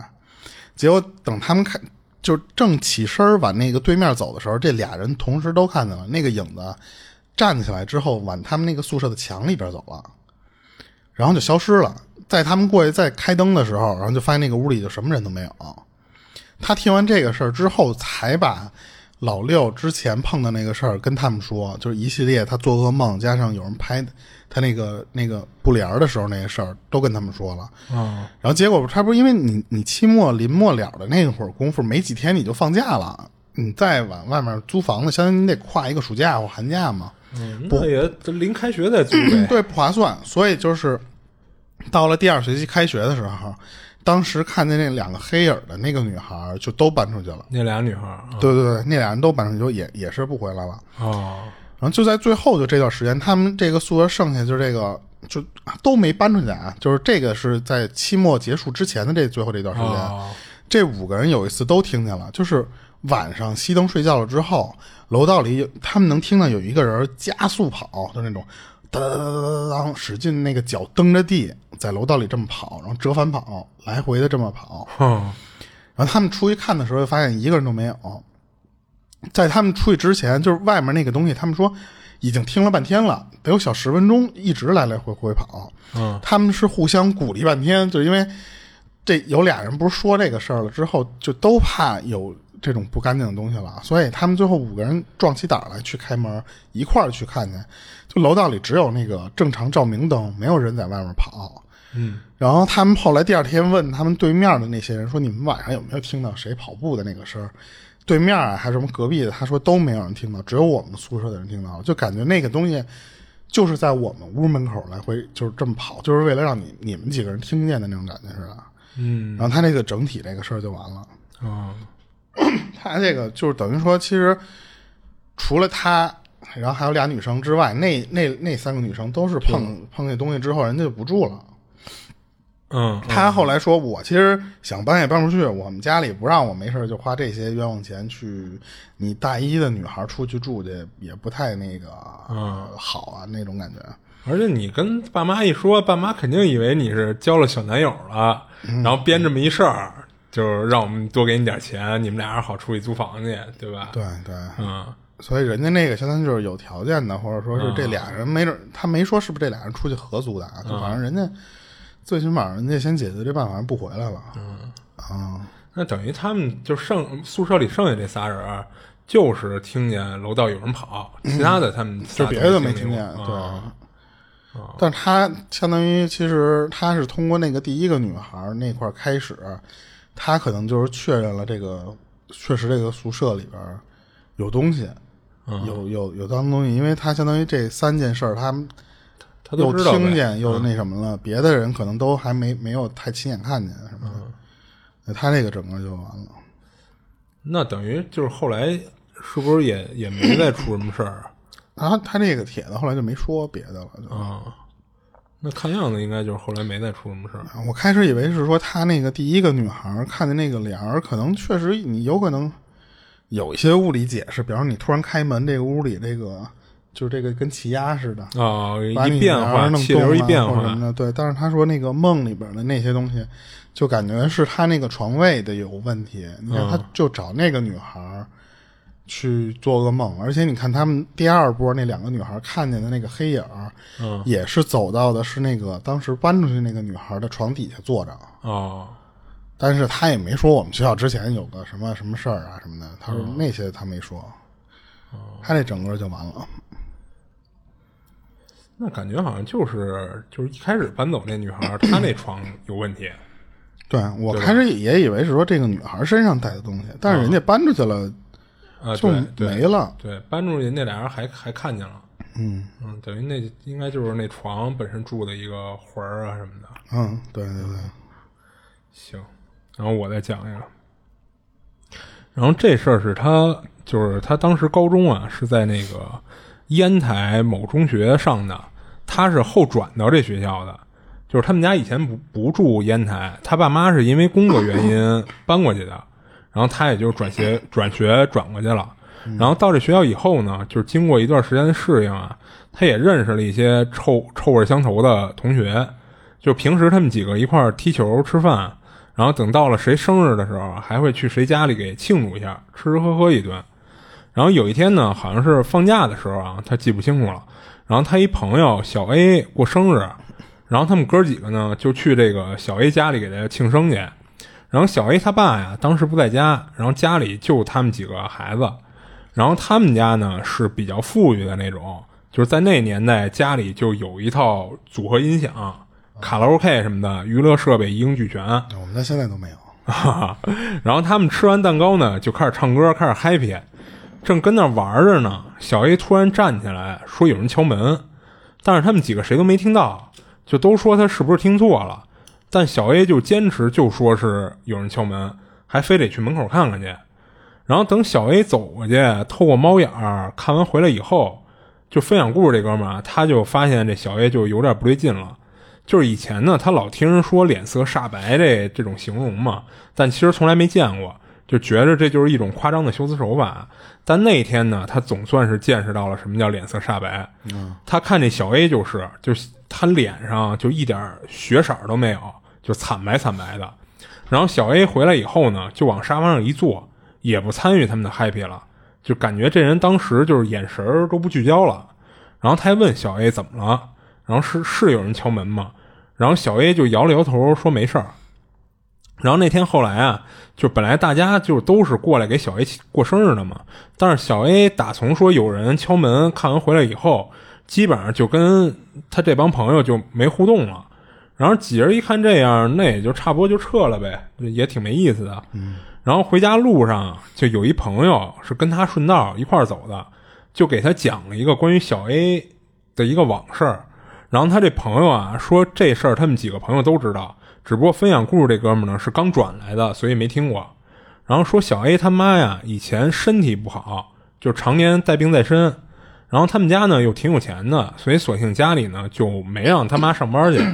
S2: 结果等他们看，就正起身儿往那个对面走的时候，这俩人同时都看见了那个影子站起来之后，往他们那个宿舍的墙里边走了，然后就消失了。在他们过去再开灯的时候，然后就发现那个屋里就什么人都没有。他听完这个事儿之后，才把老六之前碰的那个事儿跟他们说，就是一系列他做噩梦，加上有人拍他那个那个布帘儿的时候那个事儿，都跟他们说了。
S3: 啊，
S2: 然后结果他不是因为你你期末临末了的那会儿功夫，没几天你就放假了，你再往外面租房子，相当于你得跨一个暑假或寒假嘛，
S3: 嗯那也临开学再租呗。
S2: 对，不划算。所以就是到了第二学期开学的时候，当时看见那两个黑影儿的那个女孩儿就都搬出去了。
S3: 那俩女孩儿啊，
S2: 对对对，那俩人都搬出去就也也是不回来了。
S3: 哦，
S2: 然后就在最后就这段时间，他们这个宿舍剩下就是这个就都没搬出去啊，就是这个是在期末结束之前的这最后这段时间，
S3: 哦
S2: 这五个人有一次都听见了，就是晚上熄灯睡觉了之后，楼道里有他们能听到有一个人加速跑，就那种哒哒哒哒哒哒，然后使劲那个脚蹬着地在楼道里这么跑，然后折返跑，来回的这么跑，
S3: 哼，
S2: 然后他们出去看的时候，就发现一个人都没有。在他们出去之前，就是外面那个东西，他们说已经听了半天了，得有小十分钟，一直来来回回跑。
S3: 嗯，
S2: 他们是互相鼓励半天，就是因为这有俩人不是说这个事儿了之后，就都怕有这种不干净的东西了，所以他们最后五个人壮起胆儿来去开门，一块儿去看去。就楼道里只有那个正常照明灯，没有人在外面跑。
S3: 嗯，
S2: 然后他们后来第二天问他们对面的那些人说：“你们晚上有没有听到谁跑步的那个声儿？”对面啊，还是什么隔壁的，他说都没有人听到，只有我们宿舍的人听到了，就感觉那个东西就是在我们屋门口来回就是这么跑，就是为了让你你们几个人听见的那种感觉似的。
S3: 嗯，
S2: 然后他这个整体这个事儿就完了。
S3: 啊，
S2: 他这个就是等于说，其实除了他，然后还有俩女生之外，那那那三个女生都是碰碰那东西之后，人家就不住了。
S3: 嗯，
S2: 他后来说，我其实想搬也搬不出去，我们家里不让我没事就花这些冤枉钱去你大一的女孩出去住去，也不太那个、
S3: 嗯
S2: 好啊那种感觉。
S3: 而且你跟爸妈一说，爸妈肯定以为你是交了小男友了，
S2: 嗯
S3: 然后编这么一事儿，就是让我们多给你点钱，你们俩人好出去租房去，对吧？，
S2: 对对，
S3: 嗯，
S2: 所以人家那个相当于就是有条件的，或者说是这俩人没准他没说是不是这俩人出去合租的啊，就
S3: 嗯
S2: 反正人家最起码人家先解决这办法，不回来了。嗯啊，
S3: 那等于他们就剩宿舍里剩下这仨人儿，就是听见楼道有人跑，其他的他们仨
S2: 就别的都没
S3: 听
S2: 听见，对。
S3: 啊
S2: 但是他相当于其实他是通过那个第一个女孩儿那块儿开始，他可能就是确认了这个确实这个宿舍里边儿有东西，
S3: 嗯
S2: 有有有脏东西，因为他相当于这三件事儿他们
S3: 他
S2: 又
S3: 都知道呗嗯
S2: 听见又那什么了，别的人可能都还没没有太亲眼看见什么
S3: 嗯
S2: 的，那他这个整个就完了。
S3: 那等于就是后来是不是也也没再出什么事儿
S2: 然后他这个帖子后来就没说别的了，就
S3: 啊？那看样子应该就是后来没再出什么事儿。
S2: 我开始以为是说他那个第一个女孩儿看见那个帘儿，可能确实你有可能有一些物理解释，比方说你突然开门，这个屋里这个就是这个跟气压似的，
S3: 哦，
S2: 把
S3: 一
S2: 你
S3: 变
S2: 帘儿
S3: 化，
S2: 弄
S3: 气
S2: 动
S3: 流一
S2: 啊
S3: 变
S2: 或者
S3: 化
S2: 什么的。对，但是他说那个梦里边的那些东西，就感觉是他那个床位的有问题。你看，他就找那个女孩儿去做噩梦，而且你看他们第二波那两个女孩看见的那个黑影儿，
S3: 嗯
S2: 也是走到的是那个当时搬出去那个女孩的床底下坐着。
S3: 哦，
S2: 但是他也没说我们学校之前有个什么什么事儿啊什么的，他说那些他没说，他这整个就完了。
S3: 那感觉好像就是就是一开始搬走那女孩儿，她那床有问题。
S2: 对我开始也以为是说这个女孩身上带的东西，但是人家搬出去了
S3: 啊，
S2: 就
S3: 对对
S2: 没了。
S3: 对，搬出去那俩人还还看见了，嗯嗯，等于那应该就是那床本身住的一个魂儿啊什么的。
S2: 嗯，对对对，
S3: 行，然后我再讲一个。然后这事儿是他，就是他当时高中啊是在那个烟台某中学上的，他是后转到这学校的。就是他们家以前不不住烟台，他爸妈是因为工作原因搬过去的，然后他也就转学转学转过去了。然后到这学校以后呢，就是经过一段时间的适应啊，他也认识了一些臭臭味相投的同学，就平时他们几个一块儿踢球吃饭，然后等到了谁生日的时候，还会去谁家里给庆祝一下，吃吃喝喝一顿。然后有一天呢，好像是放假的时候啊，他记不清楚了。然后他一朋友小 A 过生日，然后他们哥几个呢就去这个小 A 家里给他庆生去。然后小 A 他爸呀，当时不在家，然后家里就他们几个孩子。然后他们家呢是比较富裕的那种，就是在那年代家里就有一套组合音响、卡拉 OK 什么的，娱乐设备一应俱全。
S2: 我们到现在都没有。
S3: 哈哈， *laughs* 然后他们吃完蛋糕呢，就开始唱歌，开始 happy，正跟那玩着呢，小 A 突然站起来说有人敲门，但是他们几个谁都没听到，就都说他是不是听错了，但小 A 就坚持就说是有人敲门，还非得去门口看看去。然后等小 A 走过去，透过猫眼儿看完回来以后，就分享故事这哥们儿啊，他就发现这小 A 就有点不对劲了。就是以前呢，他老听人说脸色煞白这这种形容嘛，但其实从来没见过，就觉着这就是一种夸张的修辞手法。但那天呢，他总算是见识到了什么叫脸色煞白。他看这小 A 就是，就是他脸上就一点儿血色儿都没有，就惨白惨白的。然后小 A 回来以后呢，就往沙发上一坐，也不参与他们的 happy 了，就感觉这人当时就是眼神儿都不聚焦了。然后他还问小 A 怎么了，然后是是有人敲门吗？然后小 A 就摇了摇头说没事儿。然后那天后来啊，就本来大家就都是过来给小 A 过生日的嘛，但是小 A 打从说有人敲门，看完回来以后，基本上就跟他这帮朋友就没互动了。然后几人一看这样，那也就差不多就撤了呗，也挺没意思的。嗯。然后回家路上就有一朋友是跟他顺道一块儿走的，就给他讲了一个关于小 A 的一个往事儿。然后他这朋友啊说这事儿他们几个朋友都知道，只不过分享故事这哥们儿呢是刚转来的，所以没听过。然后说小 A 他妈呀，以前身体不好，就常年带病在身。然后他们家呢又挺有钱的，所以索性家里呢就没让他妈上班去。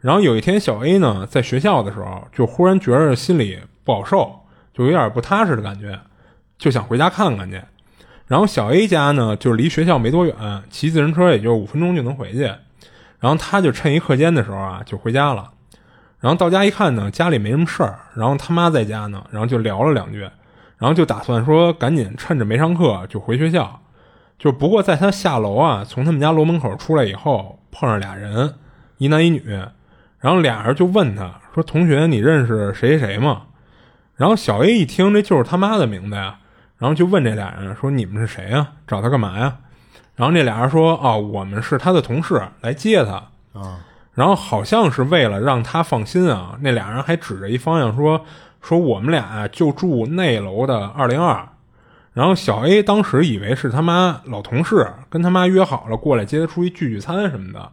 S3: 然后有一天，小 A 呢在学校的时候，就忽然觉着心里不好受，就有点不踏实的感觉，就想回家看看去。然后小 A 家呢，就是离学校没多远，骑自行车也就五分钟就能回去。然后他就趁一课间的时候啊，就回家了。然后到家一看呢，家里没什么事儿，然后他妈在家呢，然后就聊了两句，然后就打算说赶紧趁着没上课就回学校。就不过在他下楼啊，从他们家楼门口出来以后，碰上俩人，一男一女，然后俩人就问他说：“同学，你认识谁谁谁吗？”然后小 A 一听这就是他妈的名字呀，然后就问这俩人说：“你们是谁呀？找他干嘛呀？”然后这俩人说：“啊、我们是他的同事，来接他。”
S2: 啊，
S3: 然后好像是为了让他放心啊，那俩人还指着一方向说说我们俩啊就住那楼的二零二。然后小 A 当时以为是他妈老同事跟他妈约好了过来接他出去聚聚餐什么的，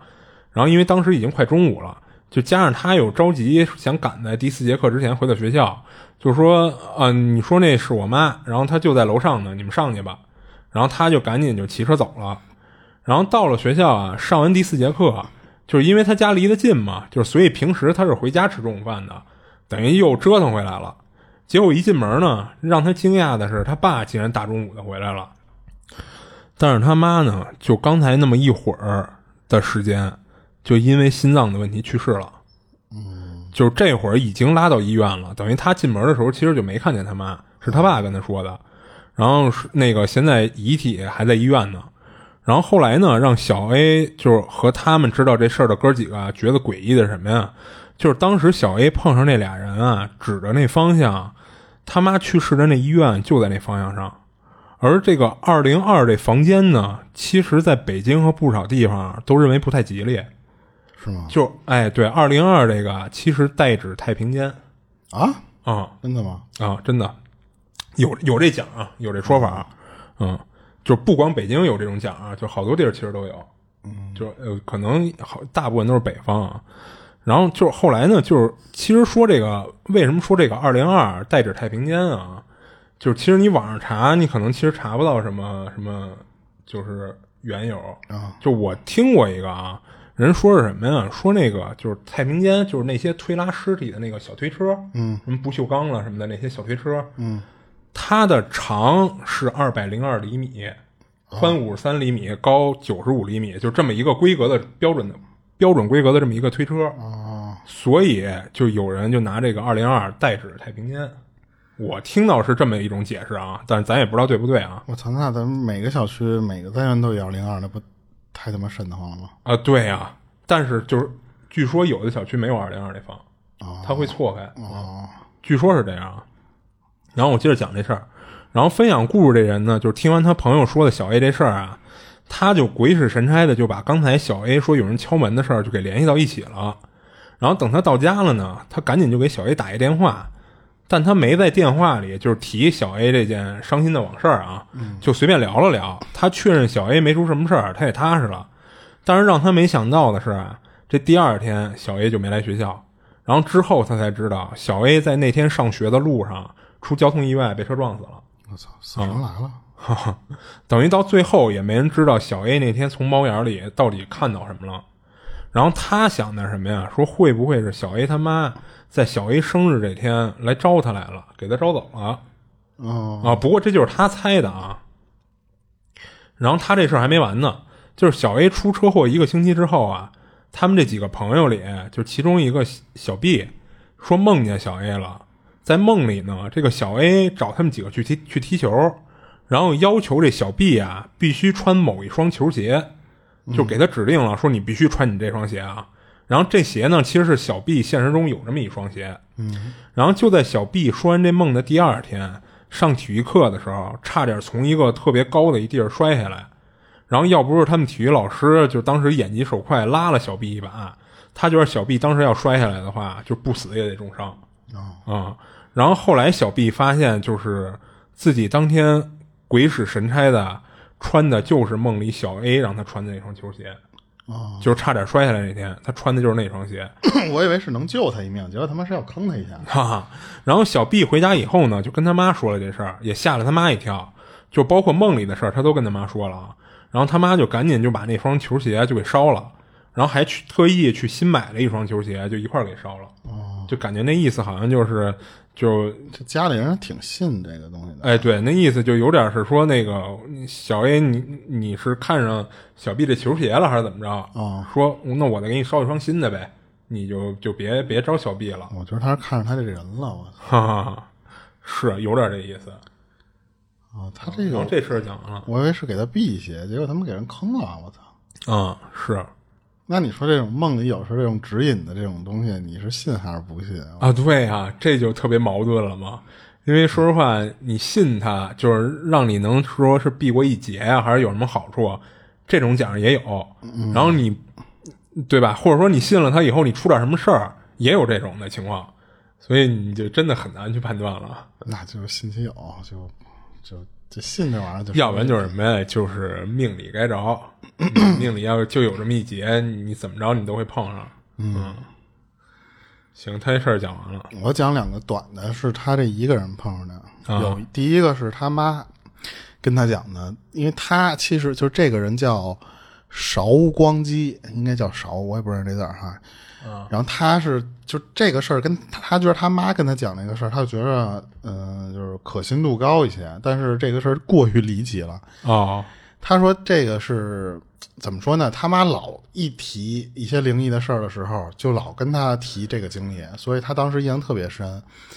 S3: 然后因为当时已经快中午了，就加上他有着急想赶在第四节课之前回到学校，就说啊、你说那是我妈，然后她就在楼上呢，你们上去吧。然后他就赶紧就骑车走了。然后到了学校啊，上完第四节课，就是因为他家离得近嘛，就是所以平时他是回家吃中午饭的，等于又折腾回来了。结果一进门呢，让他惊讶的是，他爸竟然大中午的回来了。但是他妈呢，就刚才那么一会儿的时间，就因为心脏的问题去世了。嗯，就是这会儿已经拉到医院了，等于他进门的时候其实就没看见他妈，是他爸跟他说的。然后是那个现在遗体还在医院呢。然后后来呢，让小 A 就是和他们知道这事儿的哥几个啊觉得诡异的是什么呀？就是当时小 A 碰上那俩人啊，指着那方向，他妈去世的那医院就在那方向上。而这个二零二这房间呢，其实在北京和不少地方啊都认为不太吉利。
S2: 是吗？
S3: 就哎，对，二零二这个啊其实代指太平间
S2: 啊，
S3: 啊。
S2: 真的吗？
S3: 啊啊，真的有有这讲啊，有这说法，嗯，就不光北京有这种奖啊，就好多地儿其实都有，嗯，就呃，可能好大部分都是北方啊。然后就是后来呢，就是其实说这个为什么说这个二零二代指太平间啊，就是其实你网上查，你可能其实查不到什么什么，就是缘由啊。就我听过一个啊，人说是什么呀？说那个就是太平间，就是那些推拉尸体的那个小推车，嗯，什么不锈钢了什么的那些小推车，嗯，它的长是二百零二厘米，宽五十三厘米，高九十五厘米，就这么一个规格的标准的标准规格的这么一个推车所以就有人就拿这个二零二代指太平间。我听到是这么一种解释啊，但是咱也不知道对不对啊。
S2: 我操，那咱们每个小区每个单元都有幺零二，那不太他妈瘆得慌了吗？
S3: 啊，对呀、但是就是据说有的小区没有二零二这房，它会错开。
S2: 哦，
S3: 据说是这样。啊。然后我接着讲这事儿，然后分享故事这人呢，就是听完他朋友说的小 A 这事儿啊，他就鬼使神差的就把刚才小 A 说有人敲门的事儿就给联系到一起了。然后等他到家了呢，他赶紧就给小 A 打一电话，但他没在电话里就是提小 A 这件伤心的往事啊，就随便聊了聊。他确认小 A 没出什么事儿，他也踏实了。但是让他没想到的是啊，这第二天小 A 就没来学校，然后之后他才知道小 A 在那天上学的路上出交通意外被车撞死了。
S2: 我操，死神
S3: 啊
S2: 来了！ *coughs*
S3: 哈哈，等于到最后也没人知道小 A 那天从猫眼里到底看到什么了。然后他想的是什么呀？说会不会是小 A 他妈在小 A 生日这天来招他来了，给他招走了
S2: 哦，
S3: 啊？不过这就是他猜的啊。然后他这事儿还没完呢，就是小 A 出车祸一个星期之后啊，他们这几个朋友里，就其中一个小小 B 说梦见小 A 了，在梦里呢，这个小 A 找他们几个去踢去踢球，然后要求这小 B 啊必须穿某一双球鞋，就给他指定了，说你必须穿你这双鞋啊。然后这鞋呢，其实是小 B 现实中有这么一双鞋，嗯，然后就在小 B 说完这梦的第二天，上体育课的时候，差点从一个特别高的一地儿摔下来，然后要不是他们体育老师就当时眼疾手快拉了小 B 一把，他觉得小 B 当时要摔下来的话，就不死也得重伤。啊、然后后来小 B 发现，就是自己当天鬼使神差的穿的就是梦里小 A 让他穿的那双球鞋，
S2: 哦，
S3: 就是差点摔下来那天，他穿的就是那双鞋，
S2: 我以为是能救他一命，结果他妈是要坑他一下。
S3: *laughs* 哈哈。然后小 B 回家以后呢，就跟他妈说了这事儿，也吓了他妈一跳，就包括梦里的事儿，他都跟他妈说了啊。然后他妈就赶紧就把那双球鞋就给烧了，然后还去特意去新买了一双球鞋，就一块儿给烧了。哦，就感觉那意思好像就是就
S2: 这家里人挺信这个东西的。
S3: 哎，对，那意思就有点是说那个小 A，你你是看上小 B 这球鞋了，还是怎么着？啊、
S2: 哦
S3: 说那我再给你烧一双新的呗，你就就别别招小 B 了，
S2: 我觉得他是看上他这人了，我操！
S3: 哈哈哈，是有点这意思。
S2: 啊，他这
S3: 然
S2: 个
S3: 后这事儿讲完了，
S2: 我以为是给他避邪，结果他们给人坑了，我操！
S3: 嗯，是
S2: 那你说这种梦里有时候这种指引的这种东西，你是信还是不信啊？
S3: 啊，对啊，这就特别矛盾了嘛。因为说实话，你信他，就是让你能说是避过一劫啊，还是有什么好处啊？这种奖也有，然后你对吧？或者说你信了他以后，你出点什么事儿，也有这种的情况，所以你就真的很难去判断了。
S2: 那就是信其有，就就就信这玩意儿，就
S3: 要不然就是什么呀？就是命里该着，你命里要就有这么一劫，你怎么着你都会碰上。嗯，行，他这事儿讲完了。
S2: 我讲两个短的，是他这一个人碰上的。
S3: 啊
S2: 有第一个是他妈跟他讲的，因为他其实就这个人叫韶光基，应该叫韶，我也不认识这字儿哈。
S3: 啊
S2: 然后他是就这个事儿，跟他他觉得他妈跟他讲那个事儿，他就觉着嗯、呃就是可信度高一些，但是这个事儿过于离奇了。
S3: 哦，
S2: 他说这个是怎么说呢？他妈老一提一些灵异的事儿的时候，就老跟他提这个经历，所以他当时印象特别深。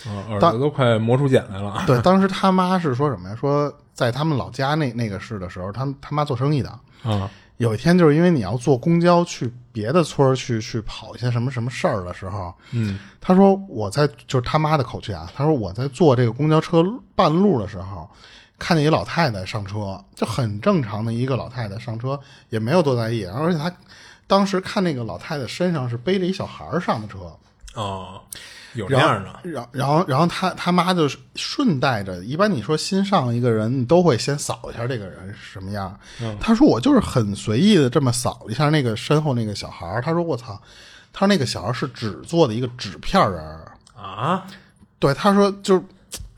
S3: 嗯耳朵都快磨出茧来了。
S2: 对，当时他妈是说什么呀？说在他们老家那那个市的时候，他们他妈做生意的，
S3: 啊
S2: 有一天就是因为你要坐公交去别的村儿去去跑一些什么什么事儿的时候，嗯，他说我在就是他妈的口气啊，他说我在坐这个公交车半路的时候，看见一老太太上车，就很正常的一个老太太上车，也没有多在意，然后而且她当时看那个老太太身上是背着一小孩儿上的车，
S3: 啊、哦，有这
S2: 然
S3: 样的
S2: 后，然后，然后，然后他他妈就顺带着，一般你说新上一个人，你都会先扫一下这个人是什么样。
S3: 嗯
S2: 他说我就是很随意的这么扫一下那个身后那个小孩儿。他说我操，他说那个小孩儿是纸做的一个纸片人儿。
S3: 啊？
S2: 对，他说就是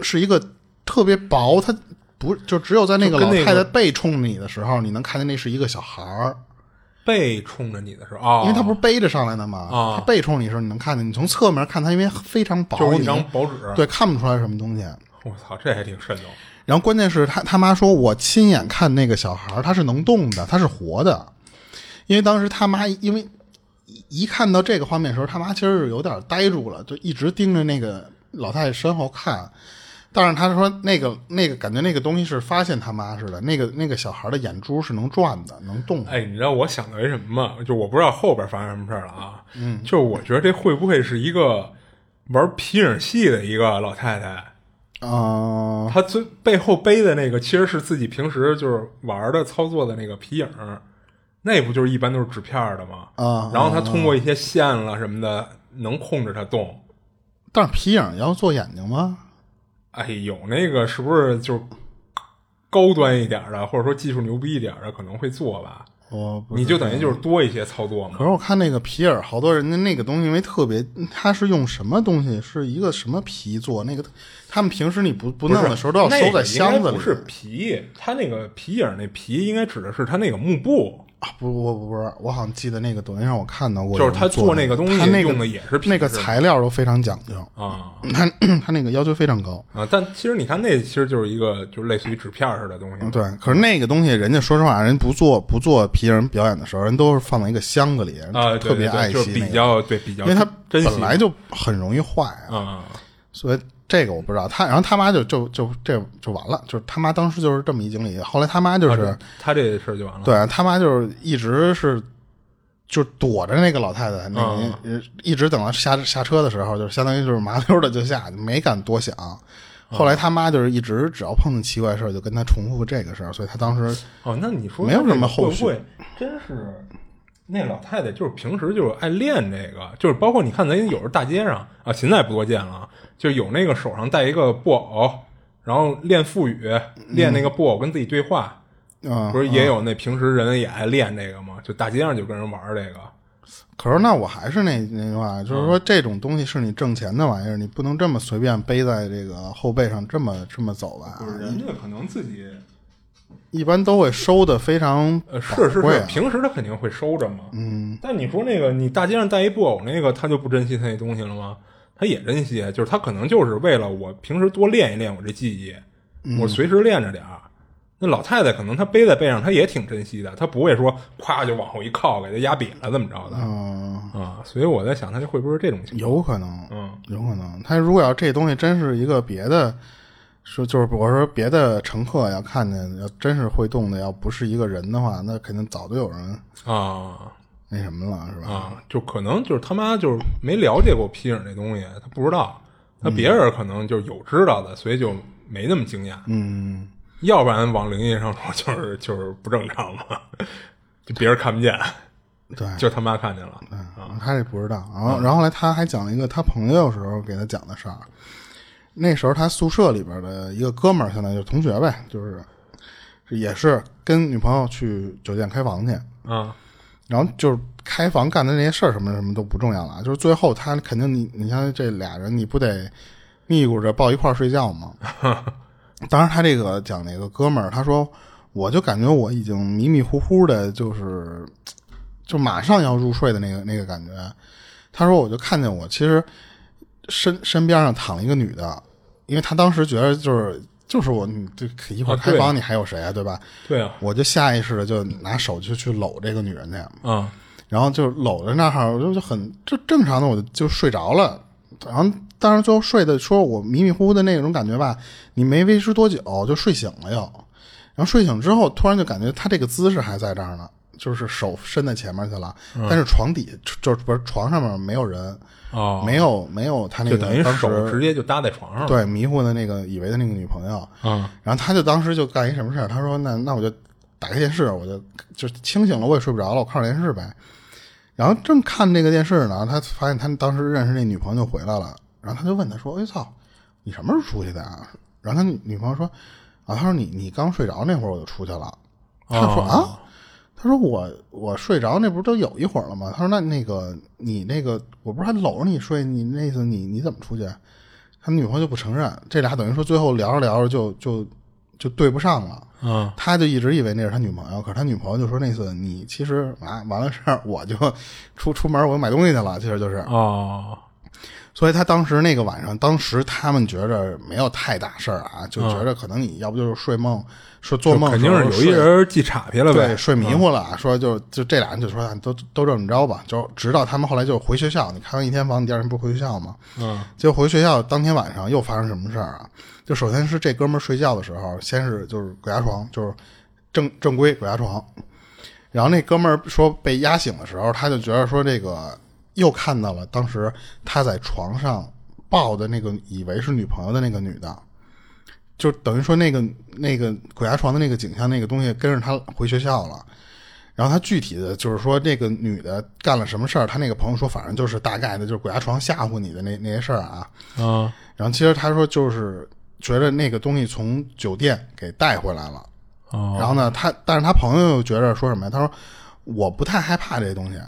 S2: 是一个特别薄，他不就只有在那个
S3: 就
S2: 老
S3: 跟那个
S2: 太太背冲你的时候，你能看见那是一个小孩儿。
S3: 背冲着你的时候，哦，
S2: 因为他不是背着上来的嘛，
S3: 哦
S2: 他背冲你的时候，你能看见，你从侧面看他，因为非常薄，
S3: 就是一
S2: 你
S3: 张薄纸。
S2: 对，看不出来什么东西。
S3: 我操，这还挺瘆得慌。
S2: 然后关键是他他妈说，我亲眼看那个小孩儿，他是能动的，他是活的，因为当时他妈因为一一看到这个画面的时候，他妈其实是有点呆住了，就一直盯着那个老太太身后看。但是他说那个那个感觉那个东西是发现他妈似的，那个那个小孩儿的眼珠是能转的，能动的。
S3: 哎，你知道我想到一什么吗？就我不知道后边发生什么事儿了啊。嗯，就是我觉得这会不会是一个玩皮影戏的一个老太太？
S2: 啊、
S3: 她最背后背的那个其实是自己平时就是玩的操作的那个皮影儿，那不就是一般都是纸片儿的吗？
S2: 啊
S3: 然后她通过一些线了什么的，能控制它动。
S2: 但是皮影要做眼睛吗？
S3: 哎，有那个是不是就是高端一点儿的，或者说技术牛逼一点儿的，可能会做吧？
S2: 我不
S3: 你就等于就是多一些操作嘛
S2: 可。是我看那个皮尔，好多人家那个东西，因为特别，它是用什么东西？是一个什么皮做？那个他们平时你不不弄的时候都要
S3: 那
S2: 收
S3: 个
S2: 在箱
S3: 应该
S2: 子里。
S3: 不是皮，它那个皮影儿那皮应该指的是它那个幕布，
S2: 啊，不，我不是，我好像记得那个抖音上我看到过，
S3: 就是他做那
S2: 那
S3: 个东西
S2: 他那个
S3: 用的也是皮
S2: 那个
S3: 是吧
S2: 材料都非常讲究， *clears throat*
S3: 啊
S2: 他他那个要求非常高。
S3: 啊！但其实你看，那其实就是一个就是类似于纸片儿似的东西
S2: 嗯，对，可是那个东西，人家说实话，人不做不做皮人表演的时候，人都是放在一个箱子里，人
S3: 啊，对
S2: 特别
S3: 对对
S2: 爱惜、那
S3: 就
S2: 个
S3: 是比较对比较，
S2: 因为它
S3: 珍惜
S2: 本来就很容易坏啊。
S3: 啊，
S2: 所以这个我不知道。他然后他妈就就就这就完了，就是他妈当时就是这么一经历。后来他妈
S3: 啊
S2: 就是、
S3: 他这事儿就完了。
S2: 对啊他妈就是一直是就躲着那个老太太，那、一直等到下下车的时候，就是相当于就是麻溜的就下，没敢多想。后来他妈就是一直只要碰见奇怪事儿就跟他重复这个事儿，所以他当时
S3: 哦，那你说
S2: 没有
S3: 这个
S2: 什么后续
S3: 会不会真是那老太太就是平时就是爱练这个，就是包括你看咱有时候大街上啊，现在不多见了，啊，就有那个手上戴一个布偶，然后练腹语，练那个布偶跟自己对话，
S2: 嗯
S3: 不，是也有那平时人也爱练这个吗？就大街上就跟人玩这个。
S2: 啊可是那我还是那那句话，就是说这种东西是你挣钱的玩意儿，你不能这么随便背在这个后背上这么这么走吧？
S3: 就是人家可能自己，
S2: 一般都会收的非常
S3: 呃，是是
S2: 宝贵
S3: 是
S2: 啊，
S3: 平时他肯定会收着嘛。嗯，但你说那个，你大街上带一布偶，那个他就不珍惜他那东西了吗？他也珍惜，啊就是他可能就是为了我平时多练一练我这技艺，
S2: 嗯
S3: 我随时练着点儿。那老太太可能她背在背上，她也挺珍惜的，她不会说咵就往后一靠，给她压瘪了怎么着的、
S2: 嗯，
S3: 啊？所以我在想，她这会不会是这种情况？
S2: 有可能，
S3: 嗯，
S2: 有可能。他如果要这东西真是一个别的，说就是我说别的乘客要看见，要真是会动的，要不是一个人的话，那肯定早就有人
S3: 啊
S2: 那什么了，是吧？
S3: 啊，就可能就是他妈就是没了解过皮影这东西，他不知道，那别人可能就是有知道的，所以就没那么惊讶。
S2: 嗯，
S3: 要不然往灵异上说就是就是不正常嘛，就别人看不见，
S2: 对。
S3: 就他妈看见了。
S2: 嗯他也不知道，然后，
S3: 啊
S2: 然后后来他还讲了一个他朋友时候给他讲的事儿。那时候他宿舍里边的一个哥们儿，相当于就是同学呗，就是也是跟女朋友去酒店开房去，
S3: 啊
S2: 然后就是开房干的那些事儿，什么什么都不重要了啊。就是最后他肯定你，你像这俩人，你不得密咕着抱一块儿睡觉
S3: *laughs*
S2: 吗？当时他这个讲那个哥们儿，他说我就感觉我已经迷迷糊糊的，就是就马上要入睡的那个那个感觉。他说我就看见我其实身身边上躺了一个女的，因为他当时觉得就是就是我，你这一会儿
S3: 啊对
S2: 开房你还有谁啊，对吧？
S3: 对啊，
S2: 我就下意识的就拿手就去搂这个女人去。
S3: 啊
S2: 然后就搂在那儿，我就就很就正常的，我就就睡着了。然后但是最后睡的说我迷迷糊糊的那种感觉吧，你没维持多久就睡醒了又。然后睡醒之后，突然就感觉他这个姿势还在这儿呢，就是手伸在前面去了，
S3: 嗯
S2: 但是床底就是不是床上面没有人，
S3: 哦，
S2: 没有没有他那
S3: 就
S2: 个
S3: 等于
S2: 嗯当
S3: 手
S2: 时
S3: 直接就搭在床上了。
S2: 对迷糊的那个以为的那个女朋友，
S3: 啊
S2: 然后他就当时就干一什么事儿，他说那那我就打开电视，我就就清醒了，我也睡不着了，我看会儿电视呗。然后正看这个电视呢，他发现他当时认识那女朋友回来了，然后他就问他说：“哎操，你什么时候出去的啊？”然后他女朋友说：“啊，他说你你刚睡着那会儿我就出去了。”他说：“啊，他说我我睡着那不是都有一会儿了吗？”他说：“那那个你那个我不是还搂着你睡，你那意思你你怎么出去？”啊他女朋友就不承认，这俩等于说最后聊着聊着就就就对不上了。
S3: 嗯，
S2: 他就一直以为那是他女朋友，可是他女朋友就说那次你其实完完了事儿，我就出出门我就买东西去了，其实就是，
S3: 哦，
S2: 所以他当时那个晚上，当时他们觉着没有太大事儿啊，就觉着可能你要不就是睡梦，说做梦
S3: 嗯肯定
S2: 时候
S3: 是有一
S2: 睡
S3: 人记岔劈了
S2: 对
S3: 呗。嗯
S2: 睡迷糊了啊，说就就这俩人就说啊都都这么着吧，就直到他们后来就回学校，你开完一天房，你第二天不回学校吗？
S3: 嗯，
S2: 结果回学校当天晚上又发生什么事儿啊？就首先是这哥们儿睡觉的时候，先是就是鬼压床，就是正正规鬼压床。然后那哥们儿说被压醒的时候，他就觉得说这个又看到了当时他在床上抱的那个以为是女朋友的那个女的，就等于说那个那个鬼压床的那个景象那个东西跟着他回学校了。然后他具体的就是说，这个女的干了什么事儿？他那个朋友说，反正就是大概的，就是鬼压床吓唬你的那那些事儿啊。
S3: 嗯，
S2: 然后其实他说，就是觉得那个东西从酒店给带回来了。
S3: 哦，
S2: 然后呢，他但是他朋友又觉着说什么呀？他说我不太害怕这些东西。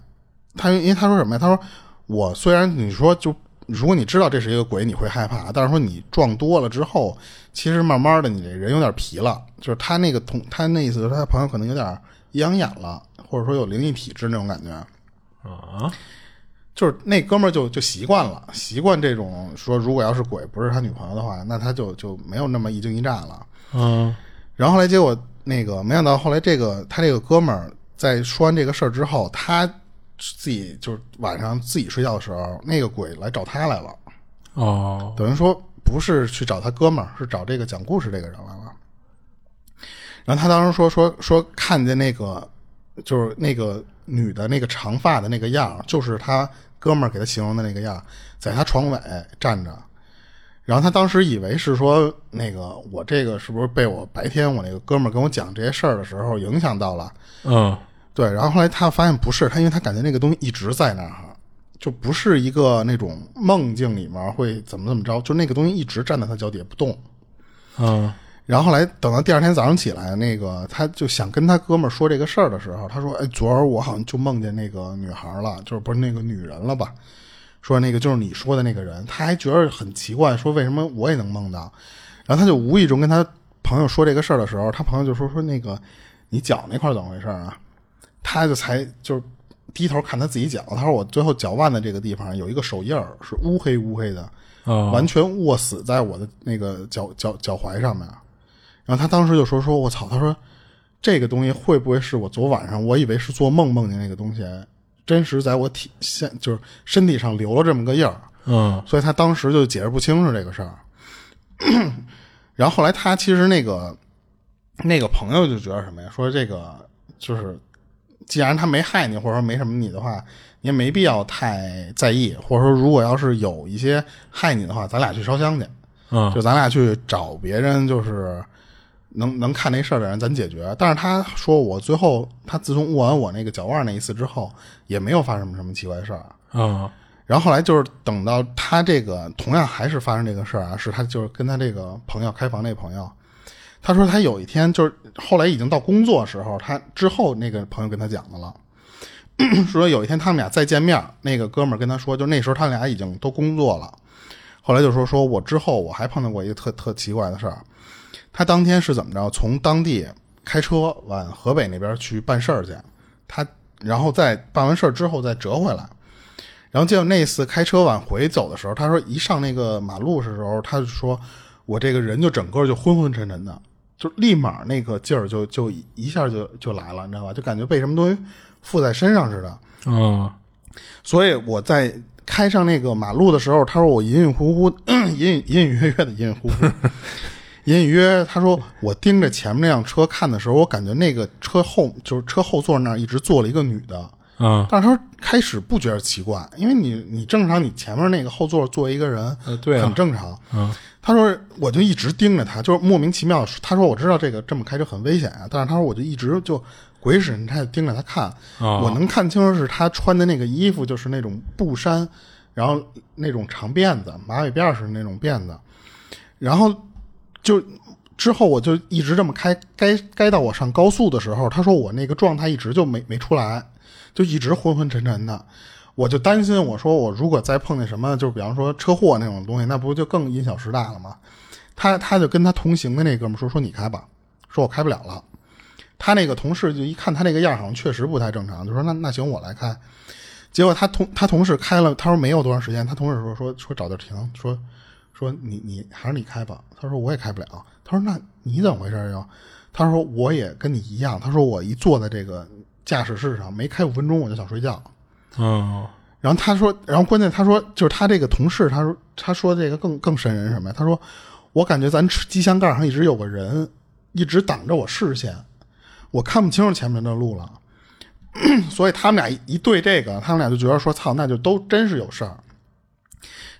S2: 他因为他说什么呀？他说我虽然你说就如果你知道这是一个鬼，你会害怕，但是说你撞多了之后，其实慢慢的你这人有点皮了。就是他那个同他那意思，他朋友可能有点阴阳眼了，或者说有灵异体质那种感觉。
S3: 啊，
S2: 就是那哥们儿就就习惯了，习惯这种说，如果要是鬼不是他女朋友的话，那他就就没有那么一惊一乍了。
S3: 嗯，
S2: 然后后来结果那个没想到后来这个他这个哥们儿在说完这个事儿之后，他自己就是晚上自己睡觉的时候，那个鬼来找他来了，
S3: 哦，
S2: 等于说不是去找他哥们儿，是找这个讲故事这个人来了。然后他当时说说说看见那个就是那个女的那个长发的那个样儿，就是他哥们儿给他形容的那个样儿，在他床尾站着。然后他当时以为是说那个我这个是不是被我白天我那个哥们儿跟我讲这些事儿的时候影响到了？
S3: 嗯，
S2: 对，然后后来他发现不是他，因为他感觉那个东西一直在那儿哈，就不是一个那种梦境里面会怎么怎么着，就那个东西一直站在他脚底下不动。
S3: 嗯，
S2: 然后后来等到第二天早上起来，那个他就想跟他哥们儿说这个事儿的时候，他说：“哎，昨儿我好像就梦见那个女孩了，就是不是那个女人了吧？说那个就是你说的那个人。”他还觉得很奇怪，说为什么我也能梦到？然后他就无意中跟他朋友说这个事儿的时候，他朋友就说：“说那个你脚那块儿怎么回事儿啊？”他就才就是低头看他自己脚，他说：“我最后脚腕的这个地方有一个手印儿，是乌黑乌黑的。”
S3: 哦，
S2: 完全握死在我的那个脚脚脚踝上面。然后他当时就说：“说我操！”他说：“这个东西会不会是我昨晚上我以为是做梦梦见那个东西，真实在我体现就是身体上留了这么个印儿？”
S3: 嗯，
S2: 所以他当时就解释不清楚这个事儿。 *clears throat* 然后后来他其实那个那个朋友就觉得什么呀？说这个就是，既然他没害你，或者说没什么你的话，你也没必要太在意。或者说，如果要是有一些害你的话，咱俩去烧香去，
S3: 嗯，
S2: 就咱俩去找别人，就是能能看那事儿的人，咱解决。但是他说我最后他自从握完我那个脚腕那一次之后，也没有发生什么奇怪的事儿。
S3: 嗯，
S2: 然后后来就是等到他这个同样还是发生这个事儿啊，是他就是跟他这个朋友开房那朋友，他说他有一天就是后来已经到工作时候，他之后那个朋友跟他讲的了， *coughs* 说有一天他们俩再见面，那个哥们儿跟他说，就那时候他俩已经都工作了，后来就说说我之后我还碰到过一个特特奇怪的事儿，他当天是怎么着？从当地开车往河北那边去办事儿去，他然后在办完事儿之后再折回来。然后结果那次开车往回走的时候，他说一上那个马路的时候，他就说我这个人就整个就昏昏沉沉的，就立马那个劲儿就就一下就就来了，你知道吧？就感觉被什么东西附在身上似的。
S3: 嗯，
S2: 所以我在开上那个马路的时候，他说我隐隐乎乎、 *clears throat* 隐隐隐约约的隐隐乎乎、隐隐约约，他说我盯着前面那辆车看的时候，我感觉那个车后就是车后座那儿一直坐了一个女的。
S3: 嗯，
S2: 但是他开始不觉得奇怪，因为你你正常，你前面那个后座坐一个人，
S3: 呃对啊
S2: 很正常。
S3: 嗯，
S2: 他说我就一直盯着他，就是莫名其妙。他说我知道这个这么开车很危险啊，但是他说我就一直就鬼使神差的盯着他看。
S3: 啊
S2: 我能看清是他穿的那个衣服，就是那种布衫，然后那种长辫子，马尾辫儿似的那种辫子。然后就之后我就一直这么开，该该到我上高速的时候，他说我那个状态一直就没没出来，就一直昏昏沉沉的。我就担心，我说我如果再碰见什么，就是比方说车祸那种东西，那不就更因小失大了吗？他他就跟他同行的那哥们说说你开吧，说我开不了了。他那个同事就一看他那个样儿，好像确实不太正常，就说那那行我来开。结果他同他同事开了，他说没有多长时间，他同事说说说找地儿停，说说你你还是你开吧。他说我也开不了。他说那你怎么回事儿呀？他说我也跟你一样。他说我一坐在这个驾驶室上，没开五分钟我就想睡觉。
S3: 嗯，
S2: 然后他说，然后关键他说，就是他这个同事，他说他说这个更更瘆人是什么呀？他说，我感觉咱吃机箱盖上一直有个人，一直挡着我视线，我看不清楚前面的路了。 *coughs* 所以他们俩一一对这个，他们俩就觉得说操，那就都真是有事儿。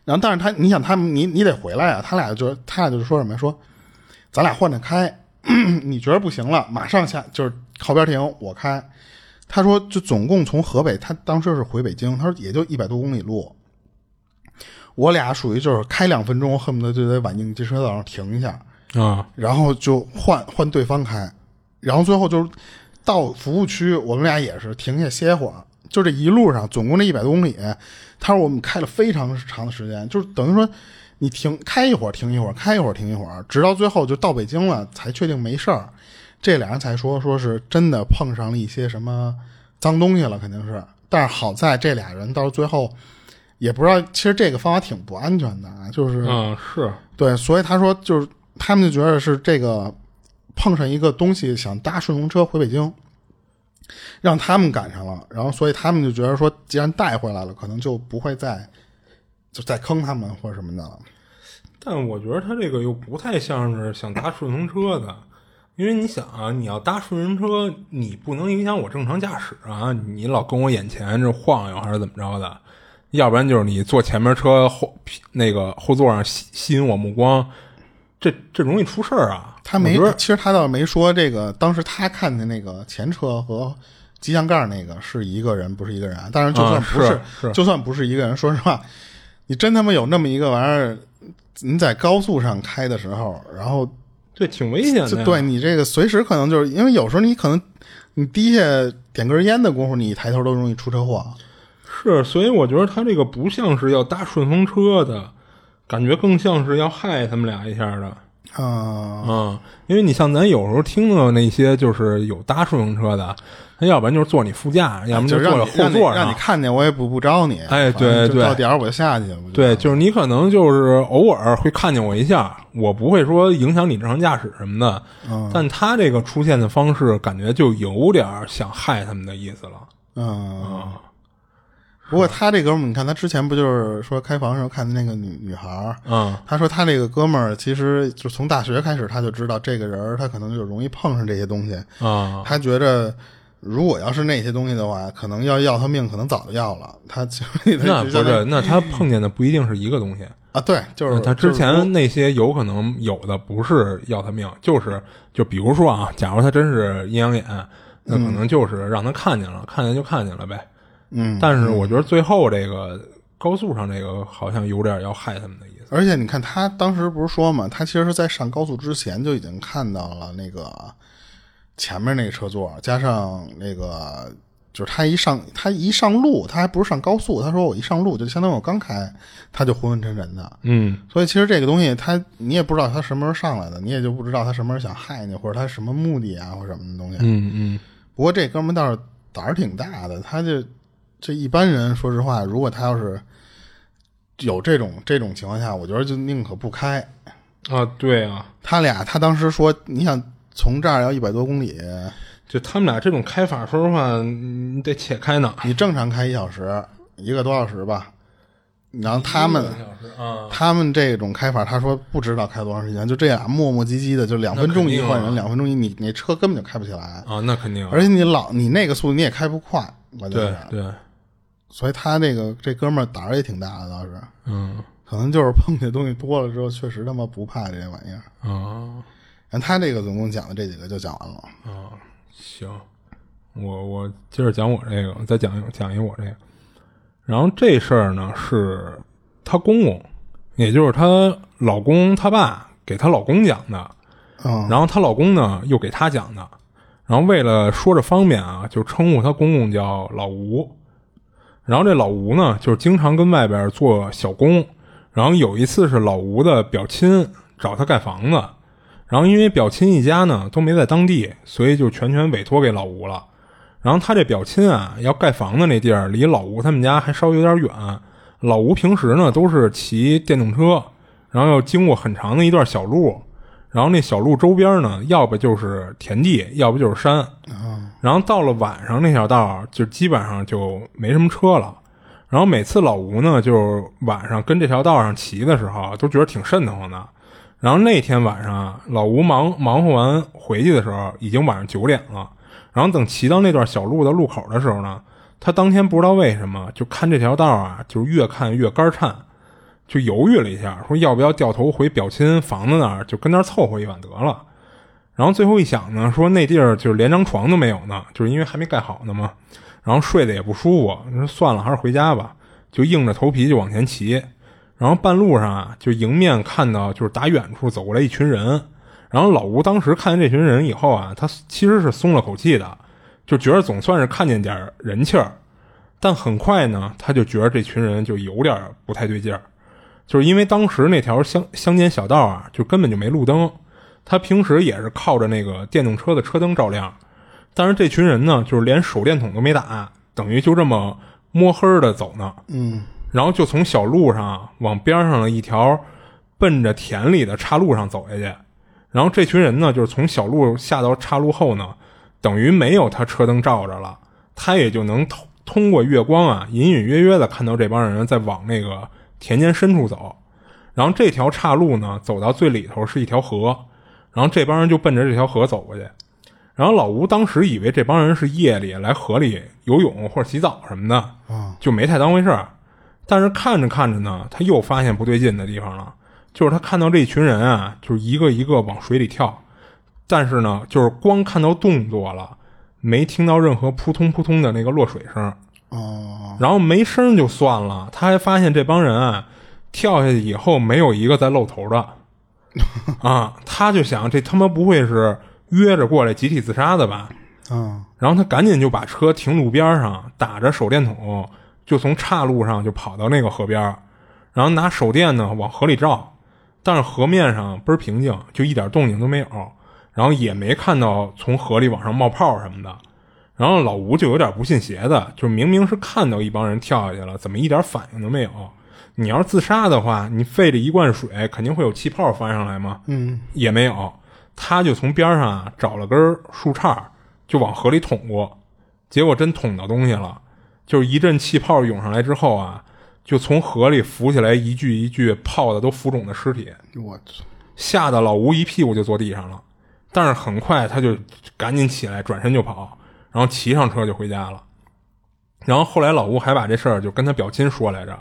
S2: 然后，但是他，你想他们，你你得回来啊。他俩就他俩就是说什么呀？说咱俩换着开， *coughs* 你觉得不行了，马上下就是靠边停，我开。他说，就总共从河北，他当时是回北京，他说也就一百多公里路。我俩属于就是开两分钟，恨不得就得往应急车道上停一下，
S3: 啊，
S2: 然后就换换对方开，然后最后就是到服务区，我们俩也是停下歇会儿。就这一路上，总共这一百多公里，他说我们开了非常长的时间，就是等于说你停开一会儿，停一会儿，开一会儿，停一会儿，直到最后就到北京了，才确定没事儿。这俩人才说说是真的碰上了一些什么脏东西了，肯定是。但是好在这俩人到最后也不知道，其实这个方法挺不安全的啊，就是
S3: 嗯，是，
S2: 对，所以他说就是他们就觉得是这个碰上一个东西想搭顺风车回北京，让他们赶上了，然后所以他们就觉得说，既然带回来了，可能就不会再就再坑他们或者什么的了。
S3: 但我觉得他这个又不太像是想搭顺风车的，因为你想啊，你要搭顺风车，你不能影响我正常驾驶啊，你老跟我眼前这晃悠还是怎么着的，要不然就是你坐前面车后那个后座上吸吸引我目光，这这容易出事儿啊。
S2: 他没
S3: 我觉得，
S2: 其实他倒没说这个，当时他看的那个前车和机箱盖儿那个是一个人，不是一个人啊。当然，就算
S3: 啊
S2: 不是，
S3: 是是
S2: 就算不是一个人，说实话，你真他妈有那么一个玩意儿，你在高速上开的时候，然后
S3: 对，挺危险的
S2: 就
S3: 呀。
S2: 对你这个随时可能就是因为有时候你可能你低下点根烟的功夫，你一抬头都容易出车祸。
S3: 是，所以我觉得他这个不像是要搭顺风车的，感觉更像是要害他们俩一下的。
S2: 啊、
S3: 嗯，因为你像咱有时候听到那些就是有搭顺风车的，他要不然就是坐你副驾，要么
S2: 哎就
S3: 就
S2: 让你
S3: 坐着后
S2: 让你
S3: 座
S2: 让
S3: 上
S2: 你。看见我也不不招你，
S3: 哎
S2: 反正
S3: 对
S2: 就
S3: 对
S2: 到点儿我就下去，我就
S3: 对，就是你可能就是偶尔会看见我一下，我不会说影响你正常驾驶什么的。但他这个出现的方式，感觉就有点儿想害他们的意思了。哦
S2: 嗯，不过他这哥们儿，你看他之前不就是说开房时候看的那个女女孩儿，
S3: 嗯，
S2: 他说他这个哥们儿其实就从大学开始他就知道这个人儿他可能就容易碰上这些东西，
S3: 啊、
S2: 他觉着。如果要是那些东西的话，可能要要他命，可能早就要了。他
S3: 那
S2: *laughs* 那
S3: 不是，那他碰见的不一定是一个东西。
S2: 啊，对，就是
S3: 他之
S2: 就是
S3: 前那些有可能有的不是要他命，就是就比如说啊，假如他真是阴阳眼，那可能就是让他看见了，看见就看见了呗。
S2: 嗯，
S3: 但是我觉得最后这个高速上这个好像有点要害他们的意思。
S2: 而且你看，他当时不是说嘛，他其实是在上高速之前就已经看到了那个前面那个车座，加上那个就是他一上他一上路，他还不是上高速，他说我一上路就相当于我刚开，他就昏昏沉沉的。
S3: 嗯，
S2: 所以其实这个东西他你也不知道他什么时候上来的，你也就不知道他什么时候想害你，或者他什么目的啊，或者什么东西。
S3: 嗯嗯，
S2: 不过这哥们儿倒是胆儿挺大的，他就这一般人，说实话，如果他要是有这种这种情况下，我觉得就宁可不开。
S3: 啊，对啊，
S2: 他俩他当时说，你想从这儿要一百多公里，
S3: 就他们俩这种开法，说实话，嗯你得且开呢。
S2: 你正常开一小时，一个多小时吧。然后他们
S3: 啊，
S2: 他们这种开法，他说不知道开多长时间，就这样磨磨唧唧的，就两分钟一换
S3: 那肯定
S2: 人，
S3: 啊
S2: 两分钟一你你车根本就开不起来，
S3: 啊，那肯定啊，
S2: 而且你老你那个速度你也开不快，我觉
S3: 对
S2: 得。
S3: 对，
S2: 所以他这个这哥们儿胆儿也挺大的，倒是。
S3: 嗯
S2: 可能就是碰见东西多了之后，确实他妈不怕这些玩意儿。
S3: 啊
S2: 然后他这个总共讲的这几个就讲完了。
S3: 啊，行，我我接着讲我这个，再讲一讲一我这个。然后这事儿呢是她公公，也就是她老公他爸给她老公讲的，
S2: 嗯
S3: 然后她老公呢又给她讲的。然后为了说着方便啊，就称呼她公公叫老吴。然后这老吴呢，就是经常跟外边做小工。然后有一次是老吴的表亲找他盖房子，然后因为表亲一家呢都没在当地，所以就全权委托给老吴了。然后他这表亲啊，要盖房子那地儿离老吴他们家还稍微有点远。老吴平时呢都是骑电动车，然后要经过很长的一段小路，然后那小路周边呢，要不就是田地，要不就是山。然后到了晚上，那条道儿就基本上就没什么车了。然后每次老吴呢，就是晚上跟这条道上骑的时候，啊都觉得挺瘆得慌的。然后那天晚上啊，老吴忙忙活完回去的时候，啊已经晚上九点了。然后等骑到那段小路的路口的时候呢，他当天不知道为什么就看这条道啊，就是越看越肝颤，就犹豫了一下，说要不要掉头回表亲房子那儿，就跟那儿凑合一晚得了。然后最后一想呢，说那地儿就是连张床都没有呢，就是因为还没盖好呢嘛。然后睡得也不舒服，你说算了，还是回家吧，就硬着头皮就往前骑。然后半路上啊，就迎面看到就是打远处走过来一群人。然后老吴当时看见这群人以后啊，他其实是松了口气的，就觉得总算是看见点儿人气儿。但很快呢，他就觉得这群人就有点儿不太对劲儿，就是因为当时那条乡乡间小道啊，就根本就没路灯，他平时也是靠着那个电动车的车灯照亮，但是这群人呢，就是连手电筒都没打，等于就这么摸黑的走呢。
S2: 嗯
S3: 然后就从小路上往边上的一条奔着田里的岔路上走下去。然后这群人呢，就是从小路下到岔路后呢，等于没有他车灯照着了，他也就能通通过月光啊，隐隐约约的看到这帮人在往那个田间深处走。然后这条岔路呢，走到最里头是一条河，然后这帮人就奔着这条河走过去。然后老吴当时以为这帮人是夜里来河里游泳或者洗澡什么的，就没太当回事儿。但是看着看着呢，他又发现不对劲的地方了，就是他看到这群人啊，就是一个一个往水里跳，但是呢，就是光看到动作了，没听到任何扑通扑通的那个落水声。
S2: 哦
S3: 然后没声就算了，他还发现这帮人啊，跳下去以后没有一个在露头的，啊，他就想这他妈不会是约着过来集体自杀的吧？
S2: 嗯
S3: 然后他赶紧就把车停路边上，打着手电筒就从岔路上就跑到那个河边儿，然后拿手电呢往河里照，但是河面上倍儿平静，就一点动静都没有，然后也没看到从河里往上冒泡什么的。然后老吴就有点不信邪的，就明明是看到一帮人跳下去了，怎么一点反应都没有？你要是自杀的话，你费这一罐水，肯定会有气泡翻上来嘛。
S2: 嗯，
S3: 也没有，他就从边上啊找了根树杈儿，就往河里捅过，结果真捅到东西了，就是一阵气泡涌上来之后啊，就从河里浮起来一具一具泡的都浮肿的尸体，
S2: 我操
S3: 吓得老吴一屁股就坐地上了。但是很快他就赶紧起来，转身就跑，然后骑上车就回家了。然后后来老吴还把这事儿就跟他表亲说来着，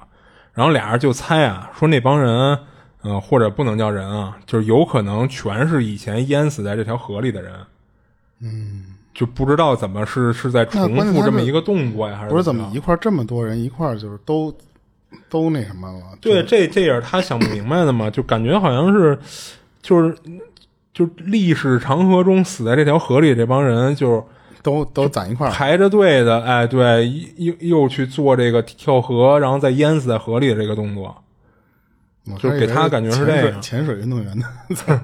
S3: 然后俩人就猜啊，说那帮人，嗯、或者不能叫人啊，就是有可能全是以前淹死在这条河里的人。嗯，就不知道怎么是是在重
S2: 嗯关键
S3: 复
S2: 他
S3: 这么
S2: 是
S3: 一个动作呀，还是
S2: 不是怎
S3: 着
S2: 么一块儿这么多人一块儿就是都都那什么了？
S3: 对，这这也是他想不明白的嘛，就感觉好像是，就是，就是历史长河中死在这条河里这帮人，就是
S2: 都都攒一块儿，
S3: 排着队的，哎，对，又又去做这个跳河，然后再淹死在河里的这个动作。
S2: 我
S3: 就
S2: 还以
S3: 给
S2: 为
S3: 他感觉是
S2: 潜
S3: 这
S2: 水
S3: 样
S2: 潜水运动员呢，在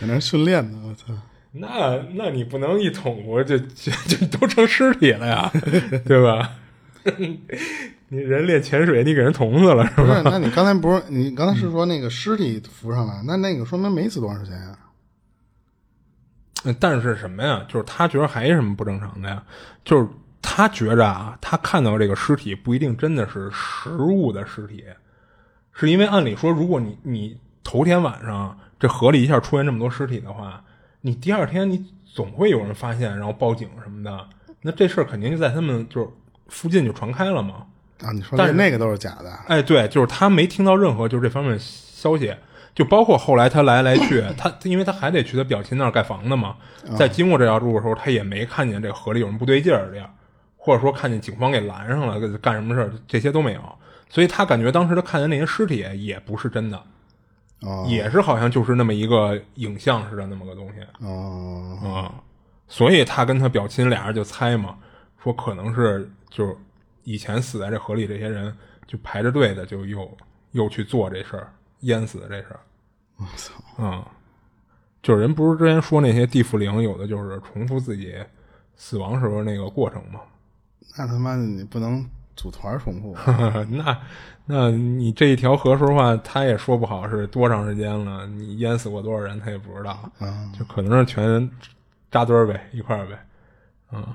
S2: 那儿训练呢，我操！
S3: 那那你不能一捅咕就就就都成尸体了呀， *laughs* 对吧？ *laughs* 你人练潜水，你给人捅死了是
S2: 不
S3: 吧？
S2: 是，那你刚才不是你刚才是说那个尸体浮上来，那那个说明没死多长时间啊呀？
S3: 嗯但是什么呀？就是他觉得还有什么不正常的呀？就是他觉着啊，他看到这个尸体不一定真的是食物的尸体，是因为按理说，如果你你头天晚上这河里一下出现这么多尸体的话，你第二天你总会有人发现，然后报警什么的，那这事儿肯定就在他们就是附近就传开了嘛。
S2: 啊，你说那
S3: 但是
S2: 那个都是假的，
S3: 哎，对，就是他没听到任何就是这方面消息，就包括后来他来来去，他因为他还得去他表亲那儿盖房子嘛，在经过这条路的时候，他也没看见这河里有人不对劲儿这样，或者说看见警方给拦上了干什么事儿，这些都没有。所以他感觉当时他看见那些尸体也不是真的，
S2: 哦
S3: 也是好像就是那么一个影像似的那么个东西。
S2: 哦，
S3: 啊、所以他跟他表亲俩人就猜嘛，说可能是就是以前死在这河里这些人就排着队的，就又又去做这事儿，淹死的这事儿。
S2: 我操，
S3: 嗯，就是人不是之前说那些地缚灵，有的就是重复自己死亡时候那个过程嘛。 *laughs*
S2: 那他妈的你不能组团重复啊，
S3: 那，那你这一条河，说实话，他也说不好是多长时间了，你淹死过多少人，他也不知道，就可能是全人扎堆儿呗，一块儿呗，嗯，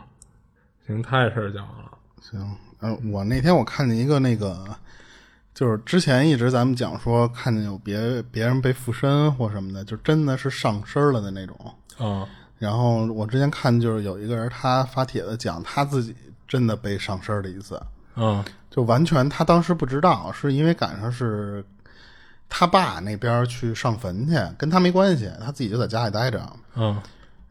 S3: 行，他这事儿讲完了，
S2: 行，呃，我那天我看见一个那个，就是之前一直咱们讲说看见有别别人被附身或什么的，就真的是上身了的那种。
S3: 啊、
S2: 然后我之前看就是有一个人他发帖子讲他自己真的被上身了一次，
S3: 嗯，
S2: 就完全他当时不知道，是因为赶上是他爸那边去上坟去，跟他没关系，他自己就在家里待着。
S3: 嗯，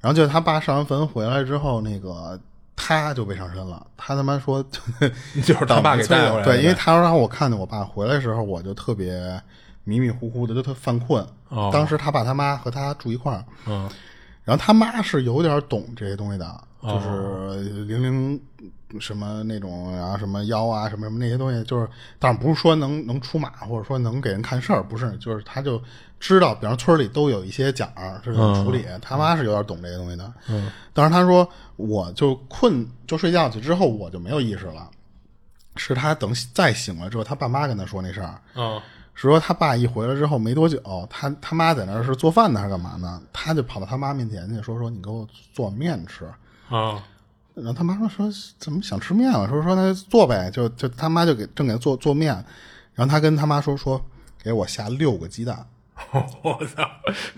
S2: 然后就是他爸上完坟回来之后，那个他就被上身了。他他妈说，
S3: *laughs* 就是他爸给带回来的呗
S2: 对，因为他说让我看见我爸回来的时候，我就特别迷迷糊糊的，就特犯困。
S3: 哦
S2: 当时他爸他妈和他住一块儿，
S3: 嗯，
S2: 然后他妈是有点懂这些东西的，就是零零什么那种，然后什么妖啊，什么什么那些东西，就是，但是不是说能能出马，或者说能给人看事儿，不是，就是他就知道，比方村里都有一些讲儿是怎么处理，他妈是有点懂这些东西的。嗯，当时他说，我就困，就睡觉去之后，我就没有意识了，是他等再醒了之后，他爸妈跟他说那事儿，
S3: 嗯，
S2: 是说他爸一回来之后没多久，他他妈在那儿是做饭呢还是干嘛呢？他就跑到他妈面前去说说你给我做碗面吃。
S3: 嗯，
S2: 然后他妈说说怎么想吃面了？说说那就做呗，就就他妈就给正给他做做面，然后他跟他妈说说给我下六个鸡蛋。
S3: 我操，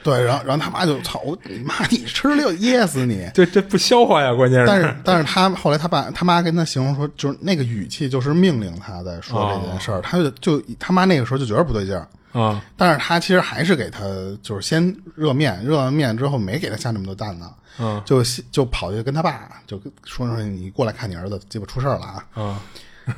S2: 对，然后然后他妈就操你妈，你吃六噎死你！
S3: *laughs* 这这不消化呀，关键
S2: 但是但是他后来他爸他妈跟他形容说，就是那个语气就是命令他在说这件事儿，他就就他妈那个时候就觉得不对劲儿。
S3: 啊、
S2: 但是他其实还是给他就是先热面，热完面之后没给他下那么多蛋呢，
S3: 嗯，
S2: 就就跑去跟他爸就跟说说你过来看你儿子，结果出事儿了啊。
S3: 嗯，啊、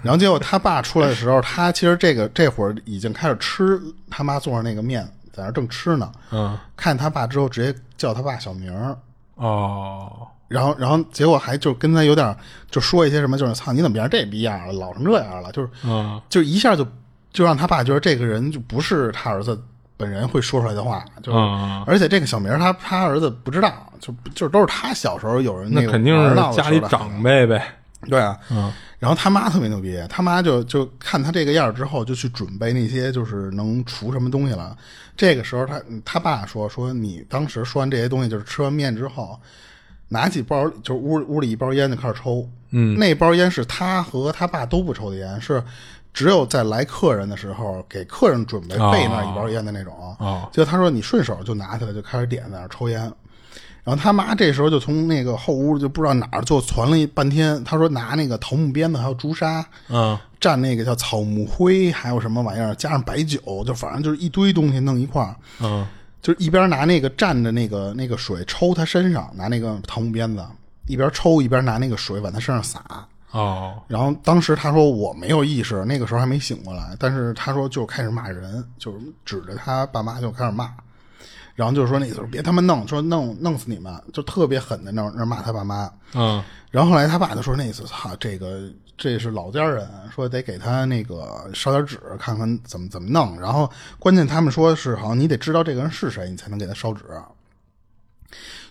S2: 然后结果他爸出来的时候，他其实这个这会儿已经开始吃他妈做的那个面，在那儿正吃呢。
S3: 嗯，
S2: 看他爸之后，直接叫他爸小名儿，
S3: 哦，
S2: 然后，然后结果还就跟他有点儿就说一些什么，就是操你怎么变成这逼样了，老成这样了，就是，
S3: 嗯，
S2: 就一下就就让他爸觉得这个人就不是他儿子本人会说出来的话，就是，
S3: 嗯
S2: 而且这个小名儿他他儿子不知道，就就都是他小时候有人
S3: 那
S2: 个
S3: 肯定
S2: 玩
S3: 是
S2: 闹的时
S3: 家
S2: 候
S3: 里
S2: 的
S3: 长辈呗，
S2: 对啊，
S3: 嗯，
S2: 然后他妈特别牛逼，他妈就就看他这个样儿之后，就去准备那些就是能除什么东西了。这个时候他，他爸说说你当时说完这些东西，就是吃完面之后，拿起包就是屋屋里一包烟就开始抽。嗯，那包烟是他和他爸都不抽的烟，是只有在来客人的时候给客人准备备那一包烟的那种。
S3: 哦
S2: 就他说你顺手就拿起来就开始点在那儿抽烟。然后他妈这时候就从那个后屋就不知道哪儿就传了一半天，他说拿那个桃木鞭子还有朱砂，
S3: 嗯，
S2: 蘸那个叫草木灰还有什么玩意儿，加上白酒，就反正就是一堆东西弄一块儿，
S3: 嗯，
S2: 就是一边拿那个蘸着那个那个水抽他身上，拿那个桃木鞭子一边抽一边拿那个水往他身上洒。
S3: 哦，
S2: 然后当时他说我没有意识，那个时候还没醒过来，但是他说就开始骂人，就是指着他爸妈就开始骂，然后就说那个时候别他妈弄，说弄弄死你们，就特别狠的那那骂他爸妈。
S3: 嗯，
S2: 然后后来他爸就说那次操这个这是老家人，说得给他那个烧点纸看看怎么怎么弄。然后关键他们说是好像你得知道这个人是谁，你才能给他烧纸。啊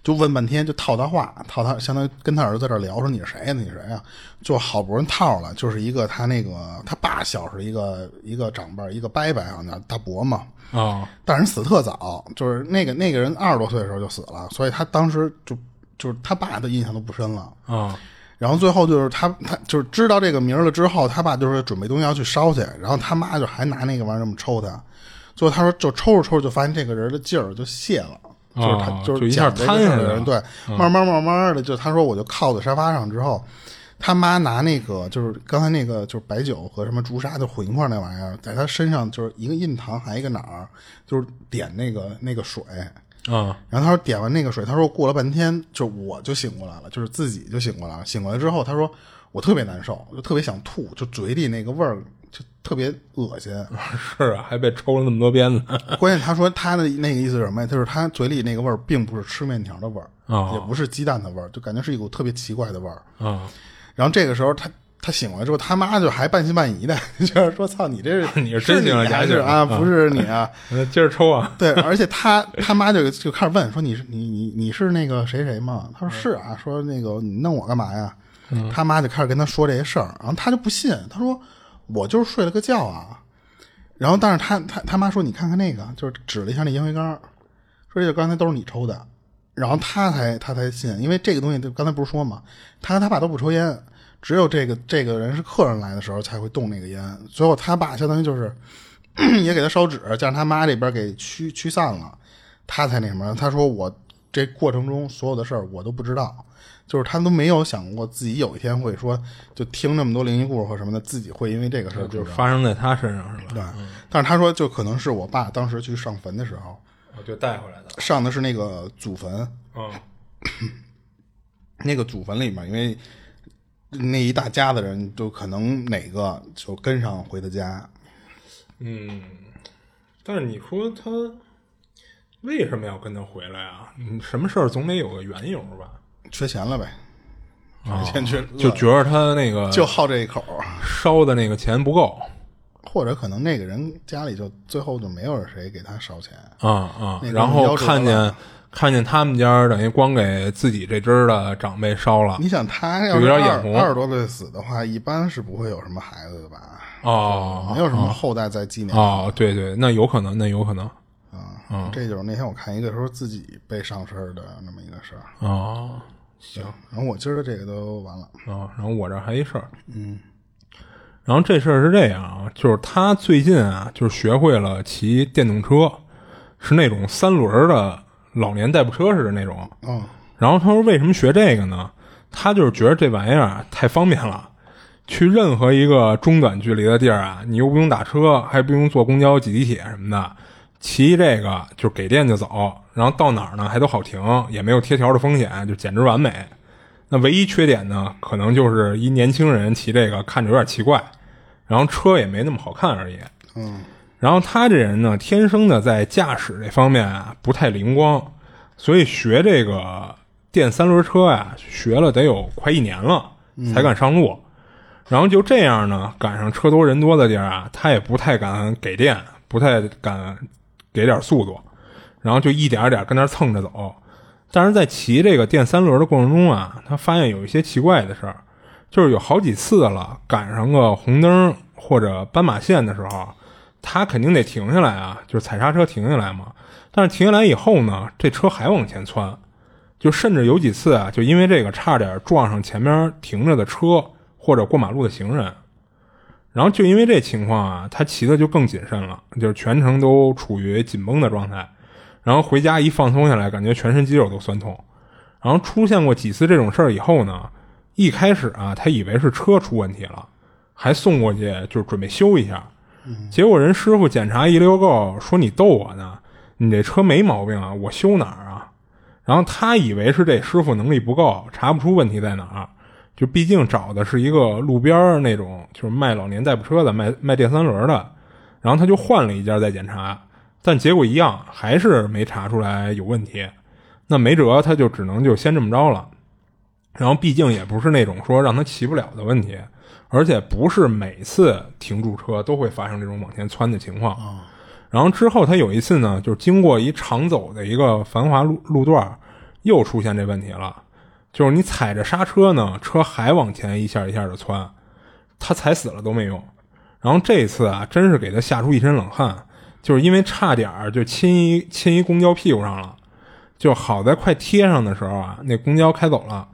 S2: 就问半天，就套他话，套他相当于跟他儿子在这儿聊说你是谁呀、啊你是谁呀、就好不容易套了，就是一个他那个他爸小时候一个一个长辈儿，一个伯伯好像大伯嘛，
S3: 哦，
S2: 但人死特早，就是那个那个人二十多岁的时候就死了，所以他当时就就是他爸的印象都不深了。
S3: 嗯，
S2: 然后最后就是他，他就是知道这个名儿了之后，他爸就是准备东西要去烧去，然后他妈就还拿那个玩意儿这么抽他，最后他说就抽着抽着就发现这个人的劲儿就泄了，
S3: 哦
S2: 就是他
S3: 就是一下
S2: 讲这个事儿的人
S3: 摊
S2: 对，慢慢慢慢的就他说我就靠在沙发上之后，他妈拿那个就是刚才那个就是白酒和什么朱砂就混一块儿那玩意儿，在他身上就是一个印堂还一个哪儿，就是点那个那个水。
S3: 啊，
S2: 然后他说点完那个水，他说过了半天，就我就醒过来了，就是自己就醒过来了。醒过来之后，他说我特别难受，就特别想吐，就嘴里那个味儿就特别恶
S3: *laughs*
S2: 心。
S3: 是啊，还被抽了那么多鞭子 *laughs*
S2: 关键他说他的那个意思是什么呀？就是他嘴里那个味儿并不是吃面条的味儿，
S3: 哦
S2: 也不是鸡蛋的味儿，就感觉是一股特别奇怪的味儿。
S3: 啊！
S2: 然后这个时候他。他醒过来之后，他妈就还半信半疑的， *laughs* 就是说：“操，你这是
S3: *laughs* 你是真
S2: 你
S3: 醒了
S2: 还
S3: 假
S2: 是
S3: 醒了
S2: 啊？不是你啊？”
S3: 呃接着抽啊！
S2: *laughs* 对，而且他他妈就就开始问说你是你你你是那个谁谁吗？他说是啊，说那个你弄我干嘛呀？他妈就开始跟他说这些事儿，然后他就不信，他说我就是睡了个觉啊。然后但是他他他妈说你看看那个，就是指了一下那烟灰缸儿，说这个刚才都是你抽的。然后他才他才信，因为这个东西就刚才不是说嘛，他和他爸都不抽烟，只有这个这个人是客人来的时候才会动那个烟。最后他爸相当于就是 *coughs* 也给他烧纸，加上他妈这边给驱驱散了，他才那什么。他说我这过程中所有的事儿我都不知道，就是他都没有想过自己有一天会说就听那么多灵异故事或什么的，自己会因为这个事儿
S3: 就是
S2: 知道
S3: 发生在他身上是吧？
S2: 对。但是他说就可能是我爸当时去上坟的时候
S3: 我就带回来的。
S2: 上的是那个祖坟，
S3: 嗯，
S2: 那个祖坟里面，因为那一大家子人，就可能哪个就跟上回的家。
S3: 但是你说他为什么要跟他回来啊？嗯什么事儿总得有个缘由吧？
S2: 缺钱了呗，缺钱缺饿了
S3: 哦就觉着他那个
S2: 就好这一口，
S3: 烧的那个钱不够
S2: 或者可能那个人家里就最后就没有谁给他烧钱，
S3: 啊啊！
S2: 那个
S3: 然
S2: 夭
S3: 后
S2: 折
S3: 看
S2: 了
S3: 见看见他们家儿等于光给自己这支儿的长辈烧了
S2: 你想他要是
S3: 有点
S2: 二
S3: 眼红
S2: 二十多岁死的话，一般是不会有什么孩子的吧？
S3: 哦
S2: 没有什么后代在纪念。
S3: 哦，对对，那有可能，那有可能
S2: 嗯，这就是那天我看一个说自己被上身的那么一个事儿。
S3: 哦。
S2: 然后我今儿的这个都完了，
S3: 啊，然后我这儿还一事儿，嗯，然后这事儿是这样啊，就是他最近啊，就是学会了骑电动车，是那种三轮儿的老年代步车似的那种。
S2: 嗯，
S3: 然后他说为什么学这个呢？他就是觉得这玩意儿啊太方便了，去任何一个中短距离的地儿啊，你又不用打车，还不用坐公交、挤地铁什么的，骑这个就给电就走，然后到哪儿呢还都好停，也没有贴条的风险，就简直完美。那唯一缺点呢，可能就是一年轻人骑这个看着有点奇怪，然后车也没那么好看而已。然后他这人呢，天生的在驾驶这方面啊不太灵光，所以学这个电三轮车啊，学了得有快一年了才敢上路。然后就这样呢，赶上车多人多的地儿啊，他也不太敢给电，不太敢给点速度，然后就一点儿点儿跟那儿蹭着走。但是在骑这个电三轮的过程中啊，他发现有一些奇怪的事儿，就是有好几次了，赶上个红灯或者斑马线的时候，他肯定得停下来啊，就是踩刹车停下来嘛。但是停下来以后呢，这车还往前窜，就甚至有几次啊，就因为这个差点撞上前面停着的车或者过马路的行人。然后就因为这情况啊，他骑的就更谨慎了，就是全程都处于紧绷的状态。然后回家一放松下来，感觉全身肌肉都酸痛。然后出现过几次这种事儿以后呢，一开始啊，他以为是车出问题了，还送过去就是准备修一下。结果人师傅检查一溜够，说你逗我呢，你这车没毛病啊，我修哪儿啊？然后他以为是这师傅能力不够，查不出问题在哪儿。就毕竟找的是一个路边儿那种，就是卖老年代步车的、卖卖电三轮的，然后他就换了一家再检查，但结果一样，还是没查出来有问题。那没辙，他就只能就先这么着了。然后毕竟也不是那种说让他骑不了的问题，而且不是每次停驻车都会发生这种往前窜的情况。然后之后他有一次呢，就是经过一常走的一个繁华路路段儿，又出现这问题了，就是你踩着刹车呢，车还往前一下一下的窜，他踩死了都没用。然后这一次啊，真是给他吓出一身冷汗，就是因为差点儿就亲一亲一公交屁股上了。就好在快贴上的时候啊，那公交开走了，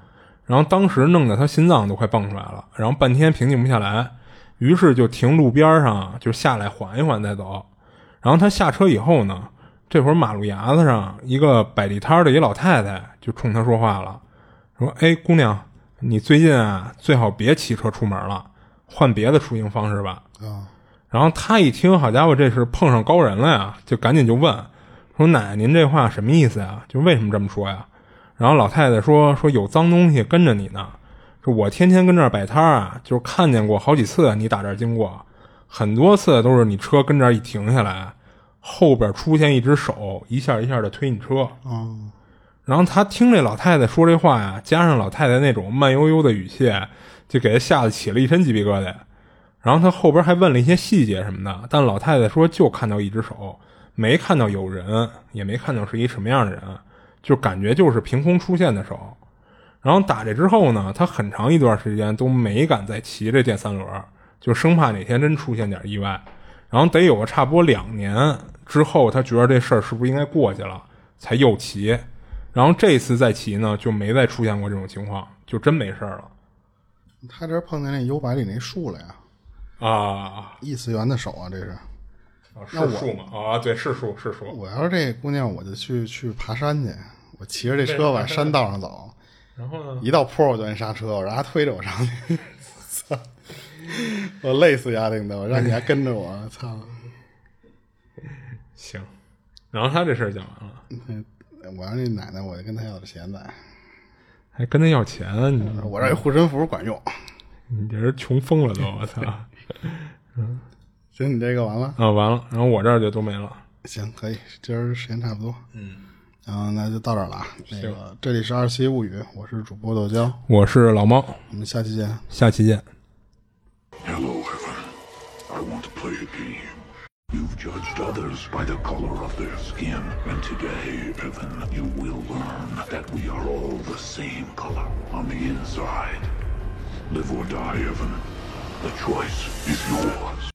S3: 然后当时弄得他心脏都快蹦出来了，然后半天平静不下来，于是就停路边上，就下来缓一缓再走。然后他下车以后呢，这会儿马路牙子上一个摆地摊儿的一老太太就冲他说话了，说：“哎，姑娘，你最近啊最好别骑车出门了，换别的出行方式吧。
S2: 啊，
S3: 然后他一听，好家伙，这是碰上高人了呀，就赶紧就问说：“奶奶，您这话什么意思呀？就为什么这么说呀？”然后老太太说：“说有脏东西跟着你呢，说我天天跟这儿摆摊儿啊，就是看见过好几次你打这儿经过，很多次都是你车跟这儿一停下来，后边出现一只手，一下一下的推你车。”
S2: 嗯，
S3: 然后他听这老太太说这话呀，加上老太太那种慢悠悠的语气，就给他吓得起了一身鸡皮疙瘩。然后他后边还问了一些细节什么的，但老太太说就看到一只手，没看到有人，也没看到是一什么样的人，就感觉就是凭空出现的手。然后打这之后呢，他很长一段时间都没敢再骑这电三轮，就生怕哪天真出现点意外。然后得有个差不多两年之后，他觉得这事儿是不是应该过去了，才又骑。然后这次再骑呢，就没再出现过这种情况，就真没事儿了
S2: 他这碰见那优白里那树了呀，
S3: 啊。
S2: 异次元的手啊，这是。
S3: 是树吗？啊，对，是树，是树。
S2: 我要是这姑娘，我就去去爬山去，我骑着这车往山道上走，
S3: 然后呢？
S2: 一到坡我就摁刹车，我让他推着我上去，操！我累死丫挺的，我让你还跟着我，操！
S3: 行，然后他这事儿讲完了，
S2: 我要是那奶奶，我就跟她要点钱来。
S3: 还跟他要钱，你
S2: 我这护身符管用。
S3: 你这人穷疯了都，我操！
S2: 行，你这个完了，
S3: 啊，完了，然后我这儿就都没了。
S2: 行，可以，今儿时间差不多，嗯，然后那就到这儿了啊。那个，这里是二七物语，我是主播豆浆，
S3: 我是老猫，
S2: 我们下期见。
S3: 下期见。
S1: Hello, Evan. I want to play a game. You've judged others by the color of their skin, and today, Evan, you will learn that we are all the same color on the inside. Live or die, Evan. The choice is yours.